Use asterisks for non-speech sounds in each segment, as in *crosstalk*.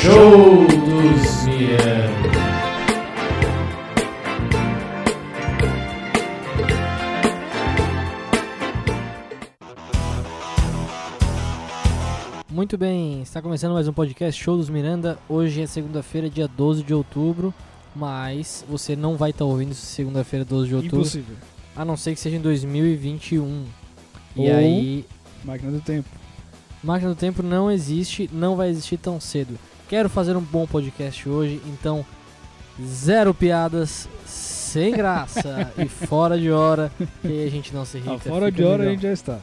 Show dos Mianos. Muito bem, está começando mais um podcast Show dos Miranda. Hoje é segunda-feira, dia 12 de outubro, mas você não vai estar ouvindo isso segunda-feira, 12 de outubro, Impossível. a não ser que seja em 2021. E Ou- aí, Máquina do tempo. máquina do tempo não existe, não vai existir tão cedo. Quero fazer um bom podcast hoje, então zero piadas, sem *laughs* graça e fora de hora, que aí a gente não se irrita. Ah, fora fica de hora a melhor. gente já está.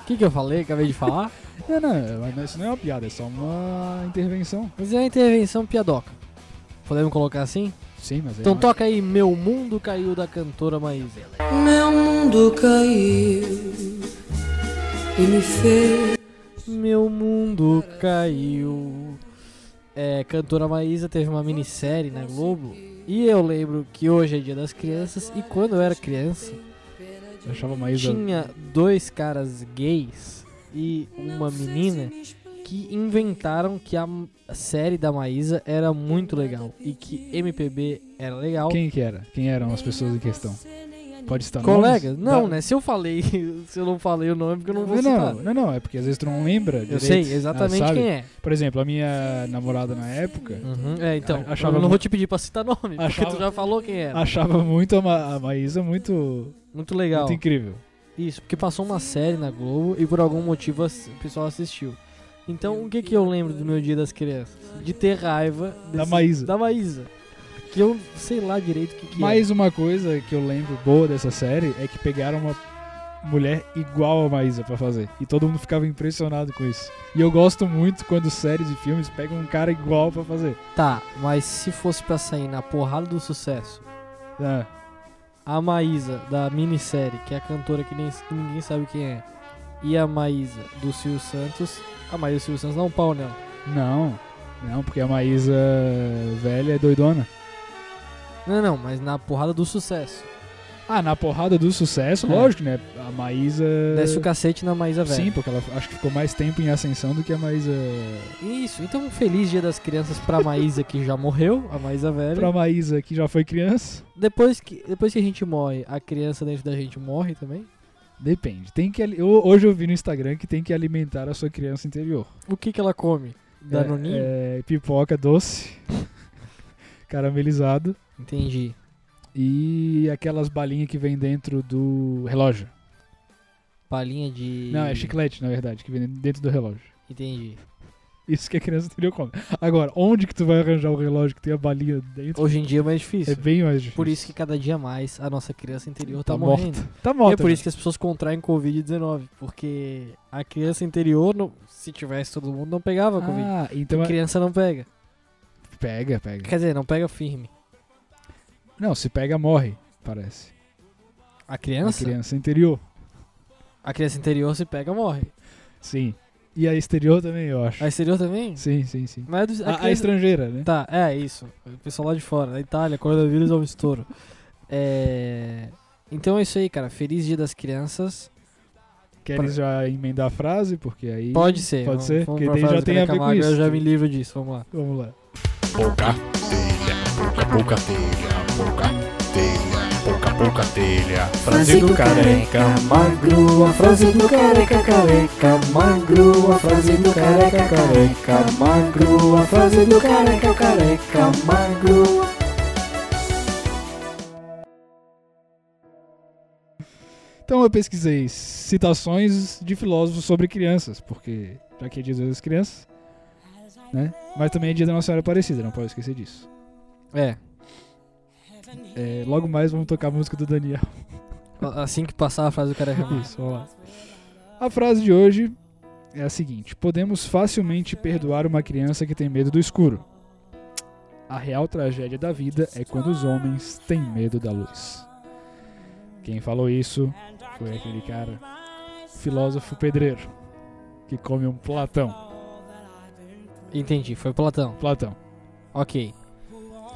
O que, que eu falei? Acabei de falar? Não, não, mas isso não é uma piada, é só uma intervenção. Mas é uma intervenção piadoca. Podemos colocar assim? Sim, mas é. Então uma- toca aí Meu Mundo Caiu da cantora Maísa. Meu mundo caiu e me fez. Meu mundo caiu. É, cantora Maísa teve uma minissérie na Globo. E eu lembro que hoje é dia das crianças. E quando eu era criança, Eu achava mais. tinha dois caras gays e uma menina que inventaram que a m- a série da Maísa era muito legal. E que MPB era legal. Quem que era? Quem eram as pessoas em questão? Pode estar Colegas? Não, né? Se eu falei, *laughs* se eu não falei o nome, é porque eu não vou Não, citar. não, não, não, é porque às vezes tu não lembra. Eu direito, sei ah, exatamente sabe? quem é. Por exemplo, a minha namorada na época Uhum, É, então. A- achava eu não mu- vou te pedir pra citar *laughs* nome, porque Achava- tu já falou quem era. achava muito a, Ma a Maísa muito, Muito legal. muito incrível. Isso, porque passou uma série na Globo e por algum motivo ass- o pessoal assistiu. Então, o que que eu lembro do meu dia das crianças? De ter raiva Da desse- Maísa. da Maísa. Que eu sei lá direito o que é. que Mais uma coisa que eu lembro boa dessa série é que pegaram uma mulher igual a Maísa pra fazer. E todo mundo ficava impressionado com isso. E eu gosto muito quando séries e filmes pegam um cara igual pra fazer. é. Tá, mas se fosse pra sair na porrada do sucesso, Ah, a Maísa da minissérie, que é a cantora que, nem, que ninguém sabe quem é, e a Maísa do Silvio Santos, a Maísa do Silvio Santos dá um pau nela. não, não, porque a Maísa velha é doidona. Não, não, mas na porrada do sucesso. Ah, na porrada do sucesso, É. lógico, né? A Maísa. Desce o cacete na Maísa Velha. Sim, porque ela acho que ficou mais tempo em ascensão do que a Maísa. Isso, então um feliz dia das crianças pra Maísa que já morreu, a Maísa Velha. Pra Maísa que já foi criança. Depois, que, depois que a gente morre, a criança dentro da gente morre também. Depende. Tem que ali- eu- hoje eu vi no Instagram que tem que alimentar a sua criança interior. O que que ela come? Danoninho? É, é, pipoca doce, *laughs* caramelizado Entendi. e aquelas balinhas que vem dentro do relógio. Palhinha de... Não, é chiclete, na verdade, que vem dentro do relógio. Entendi. Isso que a criança interior come. Agora, onde que tu vai arranjar o relógio que tem a balinha dentro? Hoje em dia é mais difícil. É bem mais difícil. Por isso que cada dia mais a nossa criança interior tá, Tá morta. morrendo. Tá E morta. é por isso que as pessoas contraem Covid-19, porque a criança interior, não- se tivesse todo mundo, não pegava Covid. Ah, então... a é- criança não pega. Pega, pega. Quer dizer, não pega firme. Não, se pega, morre, parece. A A criança? criança interior. A criança interior se pega, morre. Sim. E a exterior também, eu acho. A exterior também? Sim, sim, sim. Mas do- A, a criança- estrangeira, né? Tá, é isso. O pessoal lá de fora, na Itália, coronavírus é um estouro. É... Então é isso aí, cara. Feliz dia das crianças. Queres já emendar a frase? Porque aí... Pode ser. Pode vamos- ser, Vamos porque pra daí já frase do tem a ver Zeca com Camargo, Eu isso. já me livro disso, vamos lá. Vamos lá. Pouca telha, pouca, pouca telha, pouca telha, pouca, pouca telha. Frase do careca magro, a frase do careca careca magro, a frase do careca careca magro, a frase do careca careca magro. Então eu pesquisei citações de filósofos sobre crianças, porque já que é dia das crianças, né? Mas também é dia da Nossa Senhora Aparecida, não pode esquecer disso. É. É, logo mais vamos tocar a música do Daniel. a- Assim que passar a frase do cara Isso, vamos lá. A frase de hoje é a seguinte: Podemos facilmente perdoar uma criança que tem medo do escuro. A real tragédia da vida é quando os homens têm medo da luz. Quem falou isso foi aquele cara, filósofo pedreiro, que come um Platão. Entendi, foi Platão. Platão. Ok.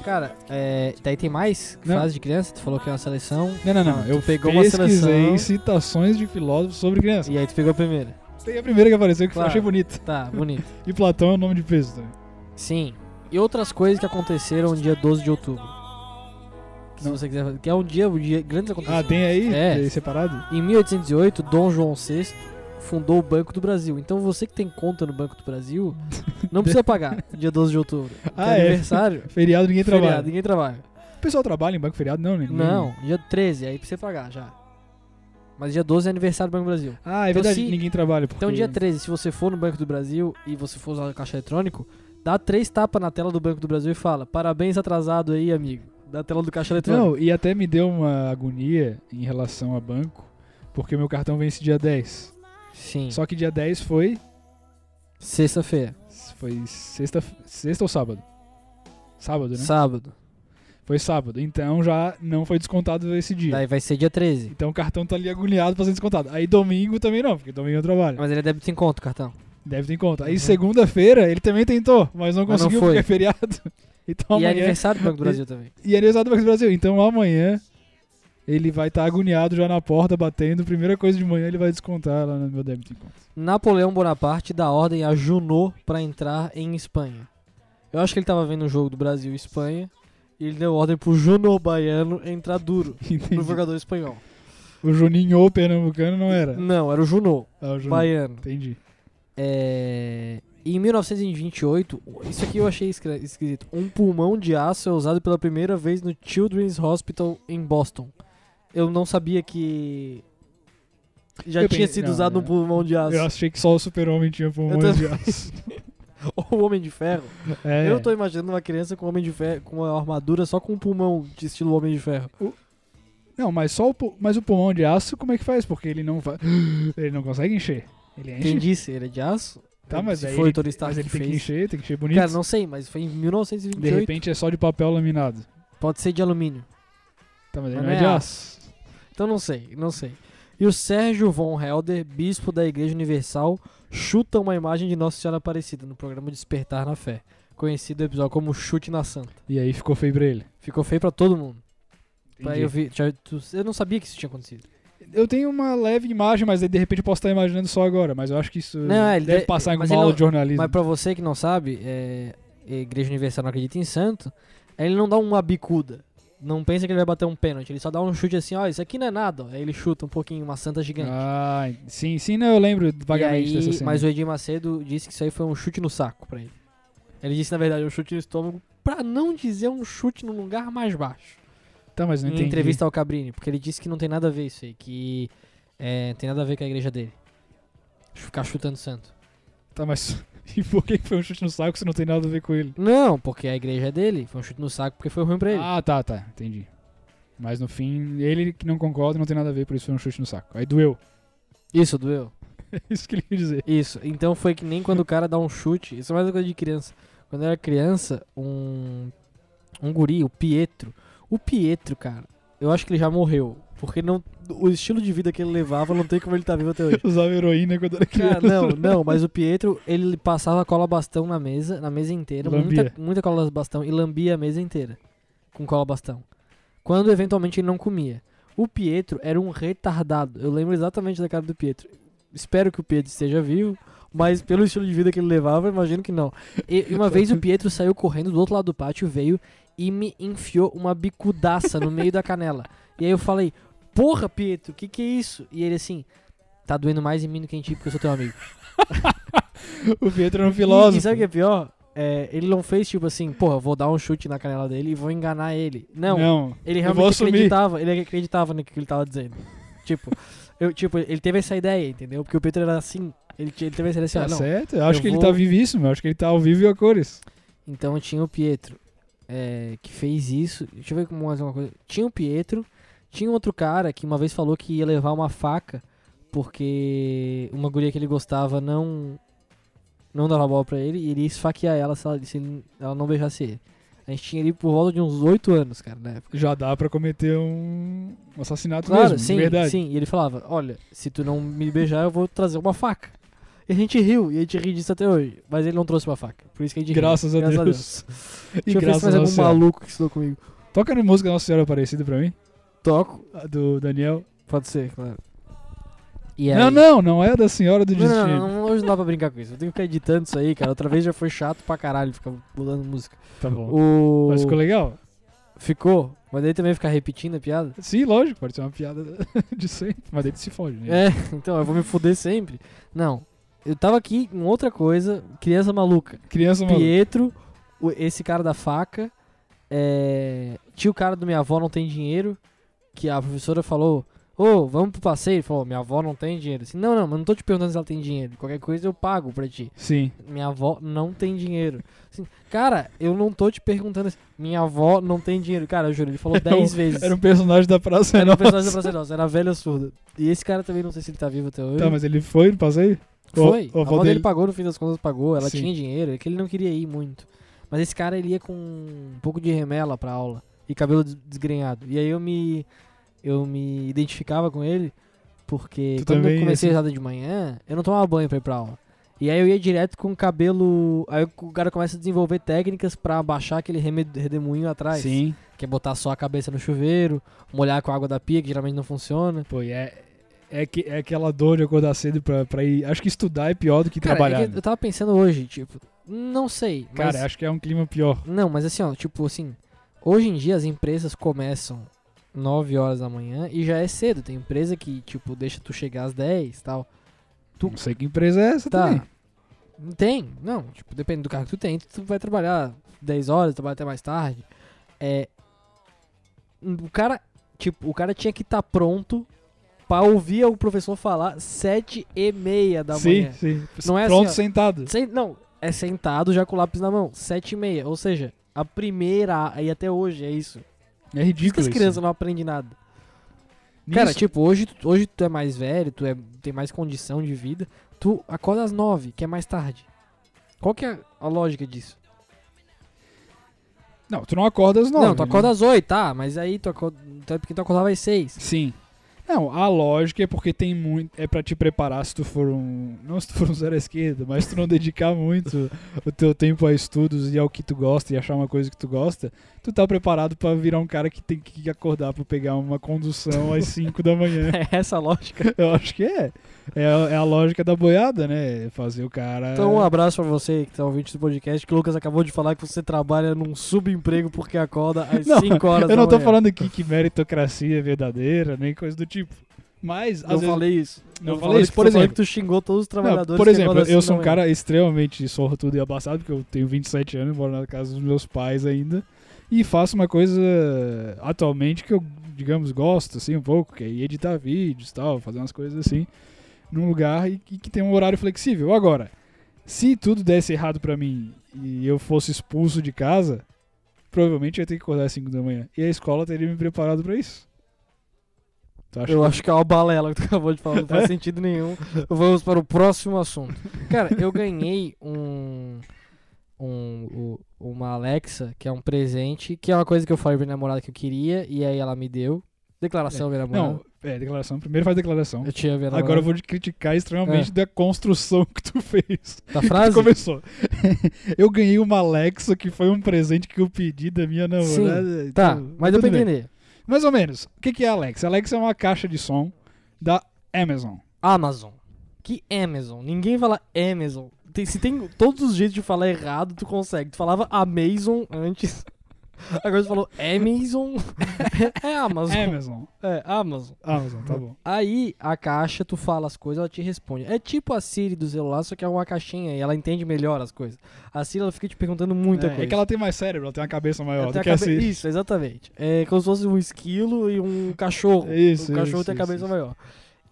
Cara, é, daí tem mais Não. fase de criança? Tu falou que é uma seleção. Não, não, não. Ah, tu Eu pegou uma pesquisei seleção. citações de filósofos sobre criança. E aí tu pegou a primeira. Tem a primeira que apareceu que eu Claro. achei bonita. Tá, *laughs* bonito. E Platão é o nome de peso também. Sim. E outras coisas que aconteceram no dia 12 de outubro. Que se Não. você quiser Que é um dia, um dia grandes Ah, acontecimentos. tem aí? É. Tem aí separado? Em 1808, Dom João VI fundou o Banco do Brasil. Então você que tem conta no Banco do *laughs* Brasil, não precisa pagar dia 12 de outubro. Que Ah, é. aniversário. Feriado *laughs* ninguém feriado, trabalha. ninguém trabalha. O pessoal trabalha em banco feriado? Não, ninguém. Não, dia 13, aí precisa pagar já. Mas dia 12 é aniversário do Banco do Brasil. Ah, é Então, verdade, se- ninguém trabalha. Porque... Então, dia 13, se você for no Banco do Brasil e você for usar o caixa eletrônico, dá três tapas na tela do Banco do Brasil e fala: parabéns atrasado aí, amigo. Da tela do caixa eletrônico. Não, e até me deu uma agonia em relação a banco, porque meu cartão vence dia 10. Sim. Só que dia 10 foi. Sexta-feira, Foi sexta, sexta ou sábado? Sábado, né? sábado. Foi sábado. Então já não foi descontado esse dia. Daí vai ser dia 13. Então o cartão tá ali agoniado pra ser descontado. Aí domingo também não, porque domingo eu trabalho. Mas ele é débito em conta, o cartão. Deve ter em conta. Aí Uhum. segunda-feira ele também tentou, mas não Mas não conseguiu foi. porque é feriado. *laughs* Então e é amanhã. aniversário do Banco do Brasil também. E é aniversário do Banco do Brasil. Então amanhã ele vai estar agoniado já na porta, batendo. Primeira coisa de manhã ele vai descontar lá no meu débito em conta. *laughs* Napoleão Bonaparte dá ordem a Junot pra entrar em Espanha. Eu acho que ele tava vendo o jogo do Brasil e Espanha e ele deu ordem pro Junot baiano entrar duro Entendi. no jogador espanhol. O Juninho pernambucano não era. Não, era o Junot, Ah, o Juninho. baiano. Entendi. É... Em 1928, isso aqui eu achei escra- esquisito. Um pulmão de aço é usado pela primeira vez no Children's Hospital em Boston. Eu não sabia que já Eu tinha pensei- sido não, usado eu- um pulmão de aço. Eu achei que só o super-homem tinha pulmões Eu de aço. Ou o Homem de Ferro. *laughs* É. Eu tô imaginando uma criança com um homem de ferro, com uma armadura só com um pulmão de estilo homem de ferro. Não, mas só o, pu- mas o pulmão de aço, como é que faz? Porque ele não vai. *gasps* Ele não consegue encher. Ele enche. Quem disse? Ele é de aço? Tá, mas Se aí foi ele- o Tony Stark Mas ele que tem fez. que encher, tem que encher bonito. Cara, não sei, mas foi em De 1928. repente é só de papel laminado. Pode ser de alumínio. Tá, mas ele Mas não é de aço. Né? Então não sei, não sei. E o Sérgio von Helder, bispo da Igreja Universal, chuta uma imagem de Nossa Senhora Aparecida no programa Despertar na Fé, conhecido no episódio como Chute na Santa. E aí ficou feio pra ele. Ficou feio pra todo mundo. Pra Entendi. eu, vi, já- tu- eu não sabia que isso tinha acontecido. Eu tenho uma leve imagem, mas aí de repente eu posso estar imaginando só agora. Mas eu acho que isso Não, é, ele deve de- passar em mas alguma ele aula não- de jornalismo. Mas pra você que não sabe, é, a Igreja Universal não acredita em santo, aí ele não dá uma bicuda. Não pensa que ele vai bater um pênalti, ele só dá um chute assim, ó, isso aqui não é nada. ó. Aí ele chuta um pouquinho, uma santa gigante. Ah, sim, sim, não, eu lembro E vagamente aí, dessa cena. Mas o Edir Macedo disse que isso aí foi um chute no saco pra ele. Ele disse, na verdade, um chute no estômago, pra não dizer um chute no lugar mais baixo. Tá, mas não em entendi. entrevista ao Cabrini, porque ele disse que não tem nada a ver isso aí, que é, tem nada a ver com a igreja dele. Ficar chutando santo. Tá, mas *laughs* e por que que foi um chute no saco se não tem nada a ver com ele? Não, porque a igreja é dele, foi um chute no saco porque foi ruim pra ele. Ah, tá, tá, entendi. Mas no fim, ele que não concorda não tem nada a ver, por isso foi um chute no saco. Aí doeu. *laughs* Isso, doeu. É isso que ele quer dizer. Isso, então foi que nem quando o cara dá um chute. Isso é mais uma coisa de criança. Quando eu era criança, um. Um guri, o Pietro. O Pietro, cara, eu acho que ele já morreu. Porque não, o estilo de vida que ele levava não tem como ele tá vivo até hoje. *laughs* Usava heroína quando era criança. Cara, não, não, mas o Pietro, ele passava cola bastão na mesa, na mesa inteira, muita, Lambia. muita cola bastão, e lambia a mesa inteira com cola bastão. Quando eventualmente ele não comia. O Pietro era um retardado. Eu lembro exatamente da cara do Pietro. Espero que o Pietro esteja vivo, mas pelo estilo de vida que ele levava, eu imagino que não. E e uma vez o Pietro saiu correndo do outro lado do pátio, veio e me enfiou uma bicudaça no meio da canela. E aí eu falei, porra, Pietro, que que é isso? E ele assim, tá doendo mais em mim do que em ti porque eu sou teu amigo. *laughs* O Pietro era um E, filósofo. e sabe o que é pior? É, ele não fez tipo assim, porra, vou dar um chute na canela dele e vou enganar ele. Não, não. ele eu vou realmente assumir. acreditava, ele acreditava no que ele tava dizendo. tipo, eu, tipo, ele teve essa ideia, entendeu? Porque o Pedro era assim, ele, tinha- ele teve essa ideia assim, Tá ah, não. certo? Eu acho eu que ele vou- tá vivíssimo, eu acho que ele tá ao vivo e a cores. Então tinha o Pietro é, que fez isso. Deixa eu ver como mais uma coisa. Tinha o Pietro, tinha um outro cara que uma vez falou que ia levar uma faca porque uma guria que ele gostava não não dava bola pra ele e ele ia esfaquear ela se ela, se ele- ela não beijasse ele. A gente tinha ali por volta de uns 8 anos, cara, né? na época. Já dá pra cometer um um assassinato Claro, mesmo, de sim, verdade. sim. E ele falava, olha, se tu não me beijar, eu vou trazer uma faca. E a gente riu, e a gente ri disso até hoje. Mas ele não trouxe uma faca. Por isso que a gente riu. Graças a Deus. E Deixa eu ver se graças mais a algum Nossa Senhora. maluco que estudou comigo. Toca na música Nossa Senhora Aparecida pra mim, Toco, a do Daniel. pode ser, claro. E aí- Não, não, não é da Senhora do Não, Destino. não, não, não, hoje não dá pra brincar com isso. Eu tenho que ficar editando isso aí, cara. Outra vez já foi chato pra caralho ficar mudando música. Tá bom. O... Mas ficou legal? Ficou? Mas daí também ficar repetindo a piada? Sim, lógico, pode ser uma piada *laughs* de sempre, mas ele se fode, É, né? *laughs* então eu vou me fuder sempre. Não. Eu tava aqui com outra coisa, criança maluca. Criança maluca. Pietro, o- esse cara da faca, é... tinha o cara do Minha Avó Não Tem Dinheiro, que a professora falou, ô, vamos pro passeio? Ele falou, minha avó não tem dinheiro. Assim, não, não, mas não tô te perguntando se ela tem dinheiro. Qualquer coisa eu pago pra ti. Sim. Minha avó não tem dinheiro. Assim, cara, eu não tô te perguntando assim, minha avó não tem dinheiro. Cara, eu juro, ele falou Era 10 um- vezes. Era um personagem da Praça Era um Nossa. *laughs* personagem da Praça Nossa, era a velha surda. E esse cara também, não sei se ele tá vivo até hoje. Tá, mas ele foi no passeio? O- Foi. o a avó avó dele dele- pagou, no fim das contas pagou. Ela Sim. tinha dinheiro, é que ele não queria ir muito. Mas esse cara, ele ia com um pouco de remela pra aula. E cabelo des- desgrenhado. E aí eu me... Eu me identificava com ele, porque Tu quando também, eu comecei assim? a risada de manhã, eu não tomava banho pra ir pra aula. E aí eu ia direto com o cabelo... Aí o cara começa a desenvolver técnicas pra abaixar aquele reme- redemoinho atrás. Sim. Que é botar só a cabeça no chuveiro, molhar com a água da pia, que geralmente não funciona. Pô, e é, é, que, é aquela dor de acordar cedo pra, pra ir. Acho que estudar é pior do que Cara, é trabalhar. que né? eu tava pensando hoje, tipo... Não sei, mas... Cara, acho que é um clima pior. Não, mas assim, ó, tipo assim, hoje em dia as empresas começam 9 horas da manhã e já é cedo. Tem empresa que, tipo, deixa tu chegar às 10 e tal. Tu- Não sei que empresa é essa Tá. também. Não Tem, não, tipo, depende do carro que tu tem, tu vai trabalhar 10 horas, trabalha até mais tarde. É. O cara, tipo, o cara tinha que estar pronto pra ouvir o professor falar 7 e meia da sim, manhã. sim. Não é Pronto, assim, ó. sentado. Sem- não, é sentado já com o lápis na mão, 7 e meia. Ou seja, a primeira, e até hoje é isso. É Por isso que ridículo as isso. crianças não aprendem nada. Nisso- Cara, tipo, hoje, tu- hoje tu é mais velho, tu é, tem mais condição de vida, tu acorda às nove, que é mais tarde. Qual que é a lógica disso? Não, tu não acorda às nove. não, tu né? acorda às oito, tá, mas aí tu acorda, então é porque tu acordava às seis. *laughs* Sim. Não, a lógica é porque tem muito. É pra te preparar se tu for um. Não se tu for um zero à esquerda, mas se tu não dedicar muito o teu tempo a estudos e ao que tu gosta e achar uma coisa que tu gosta, tu tá preparado pra virar um cara que tem que acordar pra pegar uma condução às 5 *laughs* da manhã. É essa a lógica. Eu acho que é. É, a- é a lógica da boiada, né? É Fazer o cara. Então um abraço pra você que tá ouvinte do podcast, que o Lucas acabou de falar que você trabalha num subemprego porque acorda às Não, cinco horas Eu da não tô manhã. falando aqui que meritocracia é verdadeira, nem coisa do tipo. Mas, Não às vezes. falei isso. não Eu falei falei isso, que por tu falou exemplo. que tu xingou todos os Não, trabalhadores. por que acordam exemplo, às eu cinco sou um da manhã. cara extremamente sortudo e abastado, porque eu tenho 27 anos, moro na casa dos meus pais ainda. E faço uma coisa atualmente que eu, digamos, gosto, assim, um pouco, que é editar vídeos e tal, fazer umas coisas assim, num lugar e, e que tem um horário flexível. Agora, se tudo desse errado pra mim e eu fosse expulso de casa, provavelmente eu ia ter que acordar às 5 da manhã. E a escola teria me preparado pra isso. Tu acha Eu acho que é uma balela que tu *laughs* acabou de falar, não faz sentido nenhum. Vamos para o próximo assunto. Cara, eu ganhei um, um- o- uma Alexa, que é um presente, que é uma coisa que eu falei pra minha namorada que eu queria, e aí ela me deu. Declaração, minha namorada. Não, é, declaração. Primeiro faz declaração. Eu tinha minha namorada. Agora eu vou te criticar extremamente É. da construção que tu *laughs* fez. Da Tu Tá, *laughs* frase? começou. eu ganhei uma Alexa que foi um presente que eu pedi da minha namorada. então, Tá, mas eu pra tudo bem. entender. Mais ou menos. O que que é a Alexa? A Alexa é uma caixa de som da Amazon. Amazon. Que Amazon? Ninguém fala Amazon. Tem- se tem todos os jeitos de falar errado, tu consegue. Tu falava Amazon antes. *laughs* Agora tu falou Amazon. *laughs* é Amazon. Amazon. É, Amazon. Amazon, tá bom. Aí a caixa, tu fala as coisas, ela te responde. É tipo a Siri do celular, só que é uma caixinha e ela entende melhor as coisas. A Siri, ela fica te perguntando muita é, coisa. é que ela tem mais cérebro, ela tem uma cabeça maior Ela do tem que a a cabe- Siri. Isso, exatamente. É como se fosse um esquilo e um cachorro. Isso, o cachorro isso, tem a isso, cabeça isso. maior.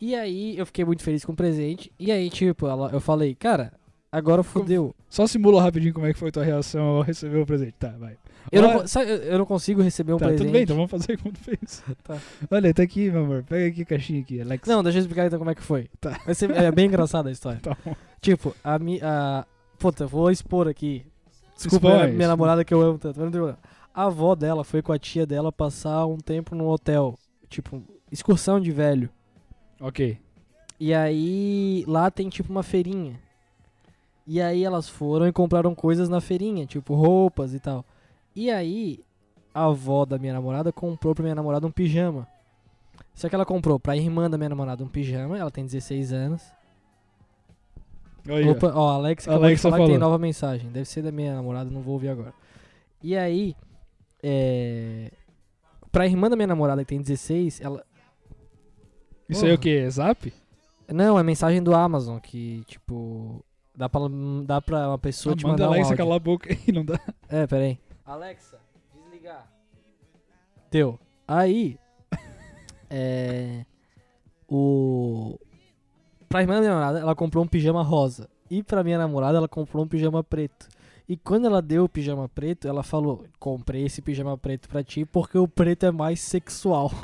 E aí eu fiquei muito feliz com o presente. E aí, tipo, ela, eu falei, cara, agora fudeu. Só simula rapidinho como é que foi tua reação ao receber o presente. Tá, vai. Eu não, Olha- co- sabe, eu- eu não consigo receber um tá, presente. tudo bem, então vamos fazer como tu fez. Tá. Olha, tá aqui, meu amor. Pega aqui a caixinha aqui, Alexa. Não, deixa eu explicar então como é que foi. Tá. Vai ser- é bem engraçada a história. Tá bom. Tipo, a minha. Puta, eu vou expor aqui. Desculpa, Expõe, minha, minha expõe. namorada que eu amo tanto, mas não tem problema. a avó dela foi com a tia dela passar um tempo num hotel. Tipo, excursão de velho. Ok. E aí lá tem tipo uma feirinha. E aí elas foram e compraram coisas na feirinha, tipo roupas e tal. E aí a avó da minha namorada comprou pra minha namorada um pijama. Só que ela comprou pra irmã da minha namorada um pijama, ela tem 16 anos. Aí, ó. tá Opa, ó, Alex acabou Alexa de falar que tem falou. nova mensagem. Deve ser da minha namorada, não vou ouvir agora. E aí, é... pra irmã da minha namorada que tem 16, ela... Isso aí é o quê? É zap? Não, é mensagem do Amazon, que, tipo, dá pra, dá pra uma pessoa Ah, te manda mandar um Alexa áudio. calar a boca aí, não dá. É, peraí. Alexa, desligar. Teu. Aí. *laughs* é. O. Pra irmã da minha namorada, ela comprou um pijama rosa. E pra minha namorada, ela comprou um pijama preto. E quando ela deu o pijama preto, ela falou: Comprei esse pijama preto pra ti porque o preto é mais sexual. *laughs*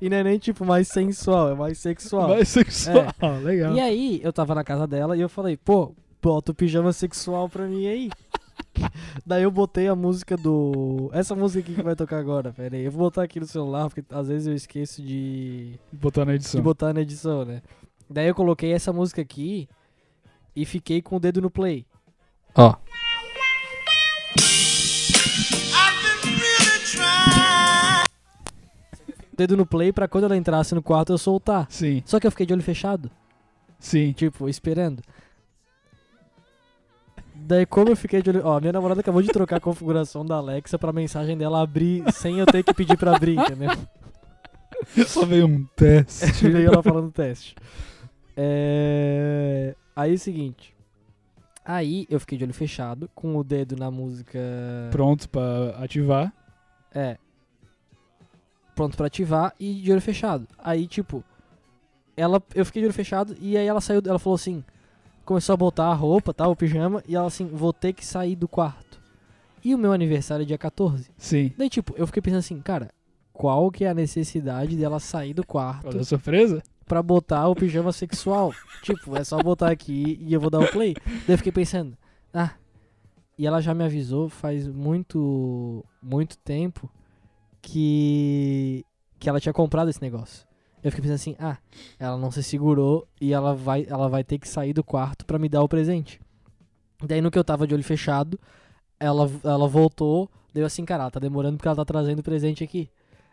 e não é nem tipo mais sensual, é mais sexual. Vai sexual. Legal. E aí, eu tava na casa dela e eu falei, pô, bota o pijama sexual pra mim aí. *laughs* Daí eu botei a música do. Essa música aqui que vai tocar agora, pera aí. Eu vou botar aqui no celular, porque às vezes eu esqueço de, Botar na de edição. botar na edição, né? Daí eu coloquei essa música aqui e fiquei com o dedo no play. Ó. Dedo no play pra quando ela entrasse no quarto eu soltar. Sim, Só que eu fiquei de olho fechado. sim. *laughs* Tipo, esperando. Daí como eu fiquei de olho... Ó, minha namorada acabou de trocar a configuração da Alexa pra mensagem dela abrir sem eu ter que pedir pra abrir, entendeu? Só veio um *laughs* teste. Veio ela falando teste. É... Aí é o seguinte. Aí eu fiquei de olho fechado, com o dedo na música... Pronto pra ativar. É. Pronto pra ativar e de olho fechado. Aí, tipo, ela, eu fiquei de olho fechado e aí ela saiu, ela falou assim, começou a botar a roupa, tá, o pijama, e ela assim, vou ter que sair do quarto. E o meu aniversário é dia 14. Sim. Daí, tipo, eu fiquei pensando assim, cara, qual que é a necessidade dela sair do quarto Olha a surpresa. pra botar o pijama sexual? tipo, é só botar aqui e eu vou dar o play. Daí eu fiquei pensando, ah, e ela já me avisou faz muito, muito tempo que, que ela tinha comprado esse negócio. Eu fiquei pensando assim, ah, ela não se segurou e ela vai, ela vai ter que sair do quarto pra me dar o presente. Daí no que eu tava de olho fechado, ela, ela voltou, daí eu assim, cara, ela tá demorando porque ela tá trazendo presente aqui.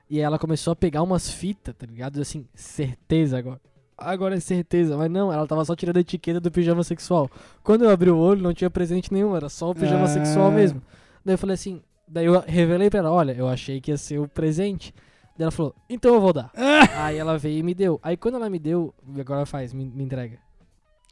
E aí ela começou a pegar umas fitas, tá ligado? Eu assim, certeza agora. Agora é certeza, mas não, ela tava só tirando a etiqueta do pijama sexual. Quando eu abri o olho, não tinha presente nenhum, era só o pijama Ah. sexual mesmo. Daí eu falei assim, daí eu revelei pra ela, olha, eu achei que ia ser o presente. Daí ela falou, então eu vou dar. aí ela veio e me deu. Aí quando ela me deu, agora faz, me, me entrega.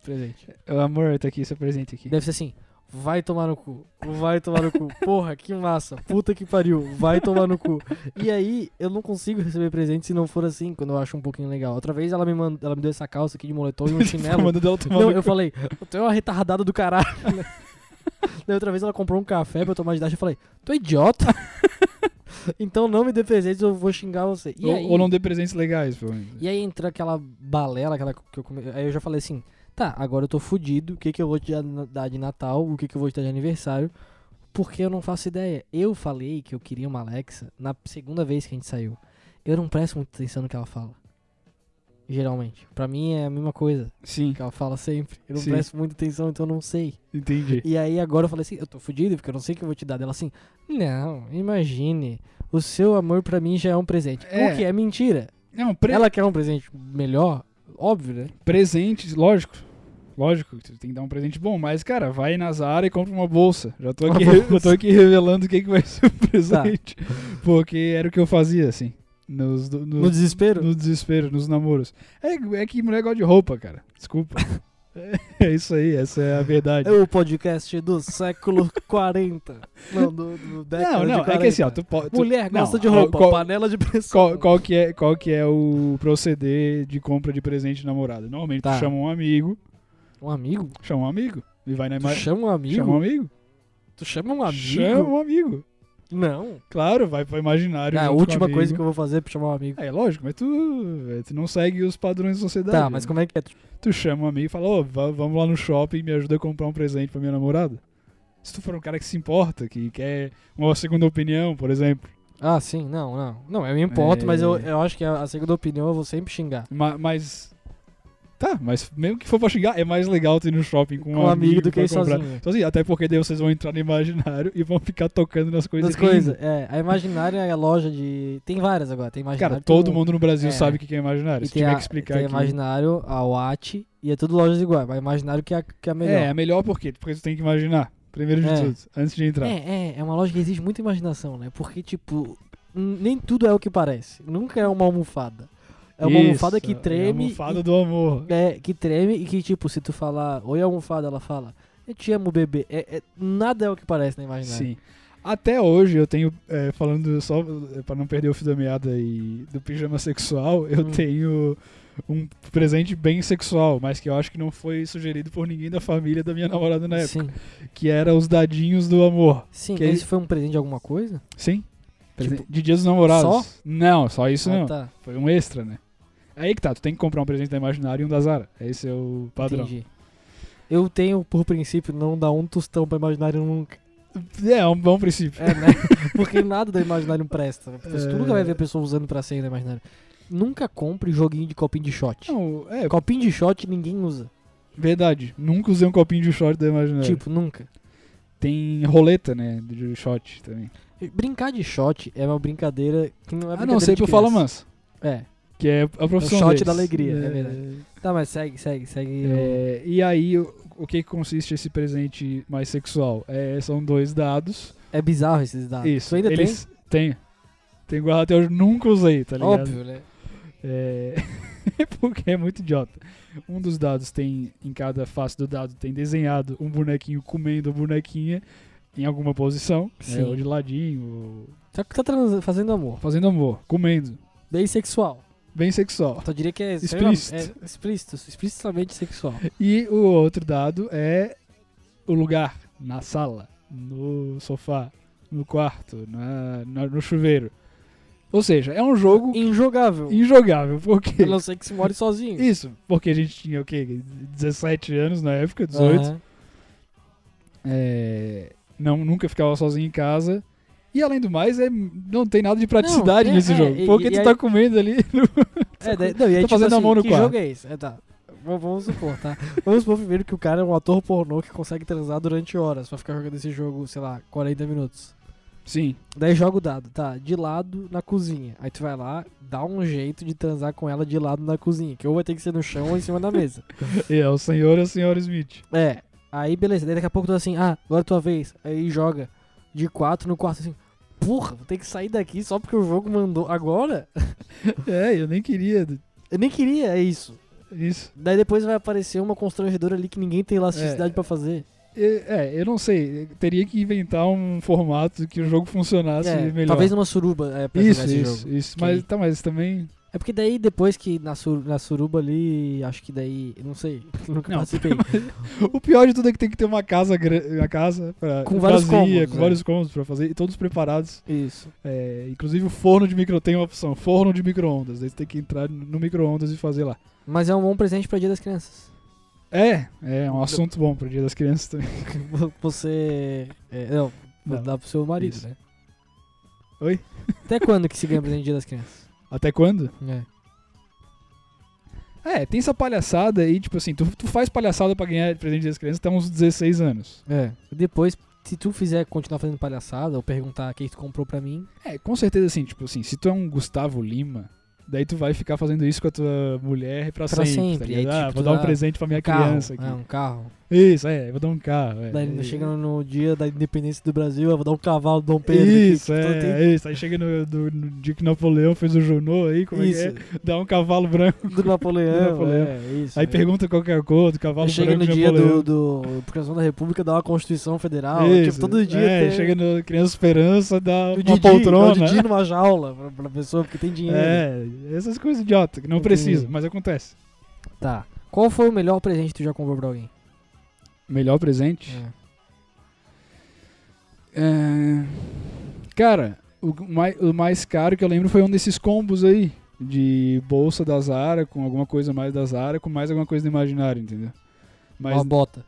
Presente. *laughs* Ô, Amor, tá aqui, seu presente aqui. Deve ser assim, vai tomar no cu, vai tomar no cu. Porra, que massa, puta que pariu, vai tomar no cu. E aí, eu não consigo receber presente se não for assim, quando eu acho um pouquinho legal. Outra vez ela me, mand... ela me deu essa calça aqui de moletom *laughs* e um chinelo. Manda dela Tá tomar Não, no eu cu. falei, tu é uma retardada do caralho. né? Daí outra vez ela comprou um café pra eu tomar de dash, eu falei, tu é idiota? *laughs* então não me dê presentes, eu vou xingar você. E ou, aí, ou não dê presentes legais, pelo menos. e aí entra aquela balela, aquela que eu come... Aí eu já falei assim, tá, agora eu tô fudido, o que que eu vou te dar- dar de Natal, o que que eu vou te dar de aniversário, porque eu não faço ideia. Eu falei que eu queria uma Alexa na segunda vez que a gente saiu. Eu não presto muita atenção no que ela fala. Geralmente. Pra mim é a mesma coisa Sim, que ela fala sempre. Eu não Sim. presto muita atenção, então eu não sei. entendi. E aí agora eu falei assim, eu tô fudido porque eu não sei o que eu vou te dar. Ela assim, não, imagine, o seu amor pra mim já é um presente. É. O que é mentira. Não, pre- Ela quer um presente melhor, óbvio, né? presentes, lógico. Lógico, que tu tem que dar um presente bom, mas, cara, vai na Zara e compra uma bolsa. Já tô Uma aqui, bolsa. Tá. eu *laughs* tô aqui revelando o que, que vai ser o presente. Porque era o que eu fazia, assim. Nos, do- nos- No desespero. No desespero, nos namoros. É, é que mulher gosta de roupa, cara. *laughs* Desculpa. É, é isso aí, essa é a verdade. É o podcast do século *laughs* 40. Não, do, do década não, de não, é 40. que assim, ó, tu pode. tu- Mulher não, gosta de ó, roupa, Qual, panela de pressão. qual, qual que é, qual que é o proceder de compra de presente de namorado? Normalmente Tá. tu chama um amigo, Um amigo? chama um amigo. E vai na Tu imagem. chama um amigo? Chama um amigo. Tu chama um amigo? Chama um amigo. Não. Claro, vai pro imaginário. Ah, a junto com o última amigo. coisa que eu vou fazer é pra chamar um amigo. É lógico, mas tu, é, tu não segue os padrões da sociedade. Tá, mas né? como é que é? Tu Tu chama um amigo e fala, ô, va- vamos lá no shopping e me ajuda a comprar um presente pra minha namorada. Se tu for um cara que se importa, que quer uma segunda opinião, por exemplo. Ah, sim, não, não. Não, eu me importo, É. mas eu, eu acho que a a segunda opinião eu vou sempre xingar. Ma- Mas. Tá, mas mesmo que for pra xingar, é mais legal tu ir no shopping com, Com um amigo do que pra ir comprar. sozinho. Sozinho, até porque daí vocês vão entrar no imaginário e vão ficar tocando nas coisas. Das e rindo. coisas, é. A Imaginária é a loja de. Tem várias agora, tem Imaginário. Cara, tem todo um- mundo no Brasil é. sabe o que é imaginário. E Se tem, tiver a, que explicar tem a aqui. né? Imaginário, a Watch, e é tudo lojas iguais, mas Imaginário que é a, que é a melhor. É, é melhor por quê? Porque tu tem que imaginar. Primeiro de É. tudo, antes de entrar. É, é, é uma loja que exige muita imaginação, né? Porque, tipo, n- nem tudo é o que parece. Nunca é uma almofada. É uma Isso, almofada que É a treme. almofada do amor. e, é, que treme e que, tipo, se tu falar oi almofada, ela fala eu te amo, bebê. É, é- nada é o que parece na imaginária. Sim. Até hoje eu tenho, é, falando só é, pra não perder o fio da meada e do pijama sexual, *laughs* eu Hum. tenho um presente bem sexual, mas que eu acho que não foi sugerido por ninguém da família da minha namorada na época, Sim. que era os dadinhos do amor. Sim, né? Que esse foi um presente de alguma coisa? Sim? Presen- Tipo, de Dia dos Namorados. Não, só isso Ah, não. tá. Foi um extra, né? Aí que tá, tu tem que comprar um presente da Imaginária e um da Zara. Esse é o padrão. Entendi. Eu tenho, por princípio, não dar um tostão pra imaginário nunca. É, é um bom princípio. É, né? *laughs* Porque nada do imaginário presta. né? Porque se tu nunca É. vai ver a pessoa usando pra sair do imaginário. Nunca compre joguinho de copinho de shot. Não, é, Copinho de shot ninguém usa. verdade. Nunca usei um copinho de short da Imaginária. Tipo, nunca. Tem roleta, né? De shot também. Brincar de shot é uma brincadeira que não é Ah, brincadeira não sei de que eu falo criança. manso. É. Que é a profissão shot deles. da alegria, é verdade. Tá, mas segue, segue, segue. É, e aí, o, o que que consiste esse presente mais sexual? É, são dois dados. É bizarro esses dados. Isso. Tu ainda eles tem? Tem. Tem guardado até hoje, nunca usei, tá tem? ligado? Óbvio, né? É, *laughs* porque é muito idiota. Um dos dados tem, em cada face do dado, tem desenhado um bonequinho comendo a bonequinha em alguma posição. né? Sim. ou de ladinho, ou Só que tá transa- fazendo amor. fazendo amor, comendo. Bem sexual. Bem sexual. Só diria que é Explícito. É explícito, explicitamente sexual. E o outro dado é o lugar, na sala, no sofá, no quarto, na, na- no chuveiro. Ou seja, é um jogo Injogável. injogável, porque... A não ser que se more sozinho. Isso, porque a gente tinha o quê? 17 anos na época, 18. Aham. É, não, nunca ficava sozinho em casa. E além do mais, é, não tem nada de praticidade Não, é, nesse é, jogo. e- porque e tu aí- tá *laughs* comendo ali. É, daí, não, e aí, Tô tipo fazendo assim, amor no que quarto. jogo é esse? É, tá. V- Vamos supor, *laughs* tá? Vamos supor primeiro que o cara é um ator pornô que consegue transar durante horas pra ficar jogando esse jogo, sei lá, 40 minutos. Sim. Daí joga o dado, tá? De lado na cozinha. Aí tu vai lá, dá um jeito de transar com ela de lado na cozinha, que ou vai ter que ser no chão ou em cima da *laughs* mesa. É o senhor e a senhora Smith. É. Aí beleza, daí daqui a pouco tu assim, ah, agora é tua vez. Aí joga de 4 no quarto assim. Porra, vou ter que sair daqui só porque o jogo mandou. Agora? *laughs* É, eu nem queria Eu nem queria isso. isso. Daí depois vai aparecer uma constrangedora ali que ninguém tem elasticidade É. pra fazer. É, eu não sei. Teria que inventar um formato que o jogo funcionasse É, melhor. talvez numa suruba é, pra isso, jogar esse isso, jogo. isso. Que- Mas, tá, mas também. É porque daí depois que na, sur- na suruba ali, acho que daí, eu não sei, *laughs* nunca Não, *laughs* participei. O pior de tudo é que tem que ter uma casa, gra- uma casa pra, Com vários vazia, cômodos, com é. vários cômodos pra fazer e todos preparados. Isso. É, inclusive o forno de micro tem uma opção, forno de micro-ondas. Daí você tem que entrar no micro-ondas e fazer lá. Mas é um bom presente pra Dia das Crianças. *laughs* É, é um assunto bom pro Dia das Crianças também. *laughs* Você. é, não, vou Não, dar pro seu marido, isso. né? Oi? Até quando que se ganha presente de Dia das Crianças? Até quando? É. É, tem essa palhaçada aí, tipo assim, tu, tu faz palhaçada pra ganhar presente das crianças até uns 16 anos. é. Depois, se tu fizer continuar fazendo palhaçada ou perguntar quem tu comprou pra mim, É, com certeza assim, tipo assim, se tu é um Gustavo Lima, daí tu vai ficar fazendo isso com a tua mulher pra, Pra sempre, tá sempre, aí, ligado? Ah, tipo, vou tu dar um dá presente pra minha carro. criança aqui. É, um carro. Isso, é, vou dar um carro. É. Daí ainda É. chega no dia da independência do Brasil, eu vou dar um cavalo do Dom Pedro. aqui, Isso, que é, todo tem- é isso. Aí chega no, do- no dia que Napoleão fez o Junô aí, como Isso, é que é? Dá um cavalo branco. do Napoleão. Do Napoleão. É, isso, Aí é. pergunta qual que é a cor do Aí cavalo Chega branco no de dia do, Napoleão. do Proclamação da República, dá uma Constituição Federal. Isso. Tipo, todo dia. É, tem- chega no Criança Esperança, dá o uma Didi, é poltrona. né? O Didi numa jaula pra, pra pessoa, porque tem dinheiro. É, essas coisas idiotas que não Entendi. precisa, mas acontece. Tá. Qual foi o melhor presente que tu já comprou pra alguém? Melhor presente? É, Cara, o mais, o mais caro que eu lembro foi um desses combos aí. De bolsa da Zara, com alguma coisa mais da Zara, com mais alguma coisa do imaginário, entendeu? Mas, Uma bota.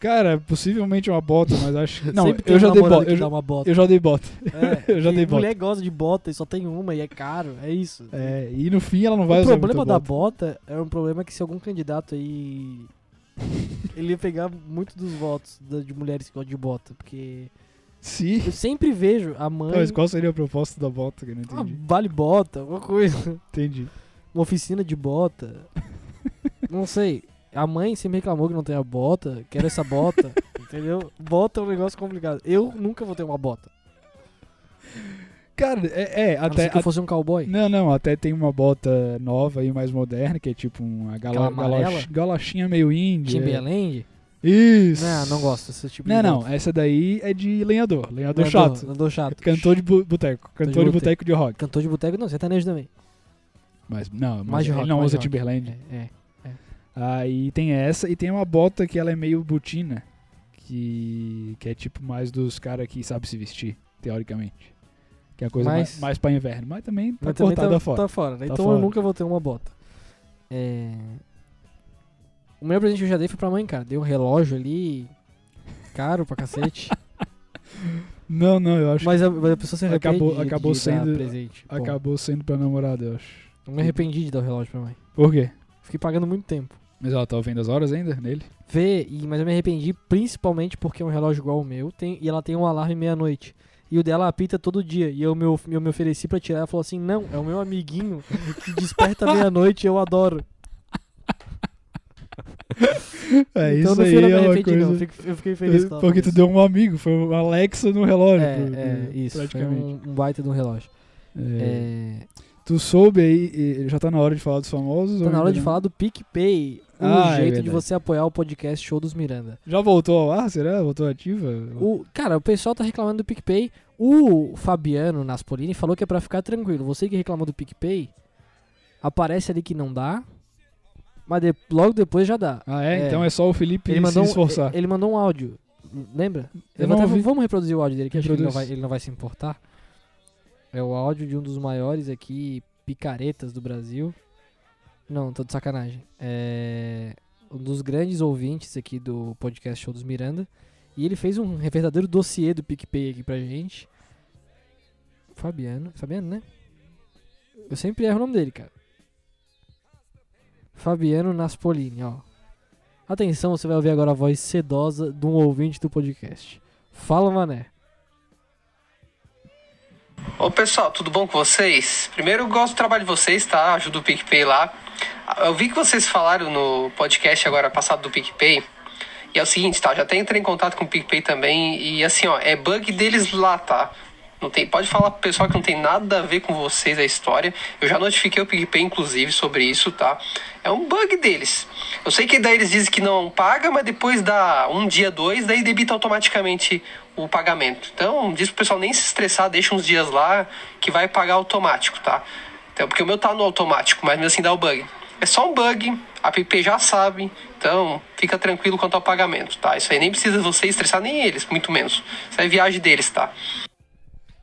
Cara, possivelmente uma bota, mas *laughs* acho que. Não, Sempre tem eu já um dei namorado bota. que Eu, dá já- uma bota. eu já dei bota. É, *laughs* eu já e dei bota. Mulher gosta de bota e só tem uma e é caro, é isso. É, e no fim ela não vai o usar problema muita da bota. bota é um problema que se algum candidato aí. *laughs* ele ia pegar muito dos votos da- de mulheres que gostam de bota. Porque Sim. eu *laughs* sempre vejo a mãe. Não, mas qual seria a proposta da bota? Que eu não ah, entendi. vale bota, alguma coisa. Entendi. Uma oficina de *laughs* bota. não sei. A mãe sempre reclamou que não tem a bota. Quero essa *laughs* bota. entendeu? Bota é um negócio complicado. Eu nunca vou ter uma bota. Cara, é, é, A não ser até. que eu fosse um cowboy. Não, não, até tem uma bota nova e mais moderna, que é tipo uma Aquela gala, amarela? galoch- galochinha meio índia. Timberland? é. Isso. Não, não gosto desse tipo Não, de não, bota. essa daí é de lenhador, lenhador Nadou- chato. nadou chato. Cantor de bu- boteco, cantor de boteco. boteco de rock. Cantor de boteco não, sertanejo também. Mas não, mas Mais de ele rock, não mais usa de rock. Timberland. É, Aí tem essa e tem uma bota que ela é meio botina, que, que é tipo mais dos caras que sabem se vestir, teoricamente. Que é a coisa Mas- mais, mais pra inverno, mas também tá Mas também cortada tá, fora. tá fora. né? Tá então eu fora. nunca vou ter uma bota. É... O melhor presente que eu já dei foi pra mãe, cara. Dei um relógio ali, caro pra *laughs* cacete. Não, não, eu acho mas, a, mas a pessoa se arrepende Acabou- de- acabou de sendo- dar presente. que Bom, acabou sendo pra namorada, eu acho. Eu me arrependi de dar o relógio pra mãe. Por quê? Fiquei pagando muito tempo. Mas ela tá ouvindo as horas ainda nele? Vê, e, mas eu me arrependi principalmente porque é um relógio igual ao meu tem, e ela tem um alarme meia-noite. E o dela apita todo dia. E eu me, of- eu me ofereci pra tirar. Ela falou assim: Não, é o meu amiguinho que desperta *laughs* meia-noite e eu adoro. É *laughs* então isso no aí, fim eu não me é uma arrependi, não. Eu coisa... fiquei- Eu fiquei feliz. que ela falou Porque tu isso. deu um amigo, foi um Alexa no relógio. pro- É, é pro- isso. Foi né? Praticamente. um, um baita de um relógio. É. É, Tu soube aí, e- já tá na hora de falar dos famosos? tá ou na hora ainda de não? falar do PicPay. O então. Ah, é jeito de verdade. você apoiar o podcast Show dos Miranda. Já voltou ao ar, será? Voltou ativa? O, cara, o pessoal tá reclamando do PicPay. O Fabiano Naspolini falou que é pra ficar tranquilo. Você que reclamou do PicPay, aparece ali que não dá, mas de- logo depois já dá. Ah, é? é. Então é só o Felipe Ele mandou, se um, esforçar. ele mandou um áudio, lembra? Eu Eu não até- ouvi. vamos reproduzir o áudio dele, que acho que ele não, Reproduz. vai, ele não vai se importar. É o áudio de um dos maiores aqui, picaretas do Brasil. Não, tô de sacanagem. É um dos grandes ouvintes aqui do podcast Show dos Miranda. E ele fez um verdadeiro dossiê do PicPay aqui pra gente. Fabiano. Fabiano, né? Eu sempre erro o nome dele, cara. Fabiano Naspolini, ó. Atenção, você vai ouvir agora a voz sedosa de um ouvinte do podcast. Fala, mané. Ô pessoal, tudo bom com vocês? Primeiro, eu gosto do trabalho de vocês, tá? Ajuda o PicPay lá. Eu vi que vocês falaram no podcast agora passado do PicPay. E é o seguinte, tá? Eu já até entrei em contato com o PicPay também. E assim, ó, é bug deles lá, tá? Não tem, pode falar pro pessoal que não tem nada a ver com vocês a história. Eu já notifiquei o PicPay, inclusive, sobre isso, tá? É um bug deles. Eu sei que daí eles dizem que não paga, mas depois dá um dia, dois, daí debita automaticamente o pagamento. Então, diz pro pessoal nem se estressar, deixa uns dias lá que vai pagar automático, tá? Então, porque o meu tá no automático, mas mesmo assim dá o bug. É só um bug, a PP já sabe, então fica tranquilo quanto ao pagamento, tá? Isso aí nem precisa você estressar, nem eles, muito menos. Isso aí é viagem deles, tá?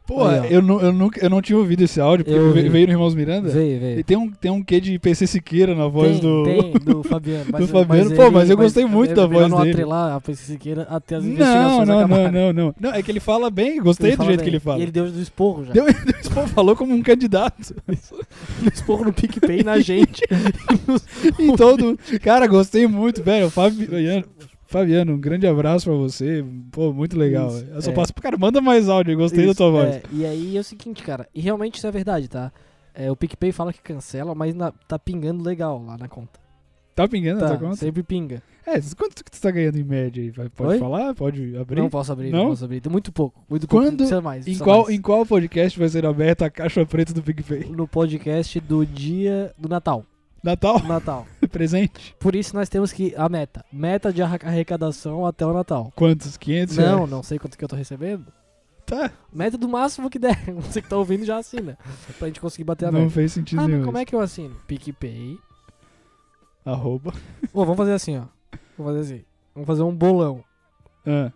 Pô, Aí, ó. eu, não, eu, nunca, eu não tinha ouvido esse áudio, porque Eu ve- ouvi. veio, no Irmãos Miranda. Veio, E veio. tem um, tem um quê de PC Siqueira na voz tem, do... tem, *laughs* do Fabiano. Mas, do Fabiano. Pô, mas eu gostei muito é da melhor voz não dele. atrelar a Priscila Siqueira até as Não, investigações não, não, acabarem. não, não. Não, é que ele fala bem, gostei Ele do fala jeito bem. que ele fala. E ele deu do esporro já. *laughs* Deu- um Pô, falou como um *laughs* candidato. Deu esporro no PicPay na *laughs* gente. *laughs* E todo. Cara, gostei muito, velho. Fabiano, Fabiano, um grande abraço pra você. Pô, muito legal. Isso, velho. Eu só é. passo pro cara, manda mais áudio, eu gostei da tua Isso, voz. é, e aí é o seguinte, cara. E realmente isso é verdade, tá? É, o PicPay fala que cancela, mas na- tá pingando legal lá na conta. Tá pingando essa Tá, conta? sempre pinga. É, quanto que tu tá ganhando em média aí? Vai- Pode Oi? falar? Pode abrir? Não posso abrir, não, Não? posso abrir. Tem muito pouco, muito pouco. Quando- Precisa mais, em, precisa qual, mais. em qual podcast vai ser aberta a caixa preta do *laughs* PicPay? no podcast do dia do Natal. Natal? do Natal. *laughs* Presente? Por isso nós temos que a meta. Meta de arra- arrecadação até o Natal. Quantos? É. 500? Não, reais? não sei quanto que eu tô recebendo. Tá. Meta do máximo que der. *laughs* Você que tá ouvindo já assina. Pra gente conseguir bater a Não meta. fez sentido Ah, nenhum. mas como é que eu assino? PicPay. Arroba. Ô, vamos fazer assim, ó. Vamos fazer assim. Vamos fazer um bolão. Ah,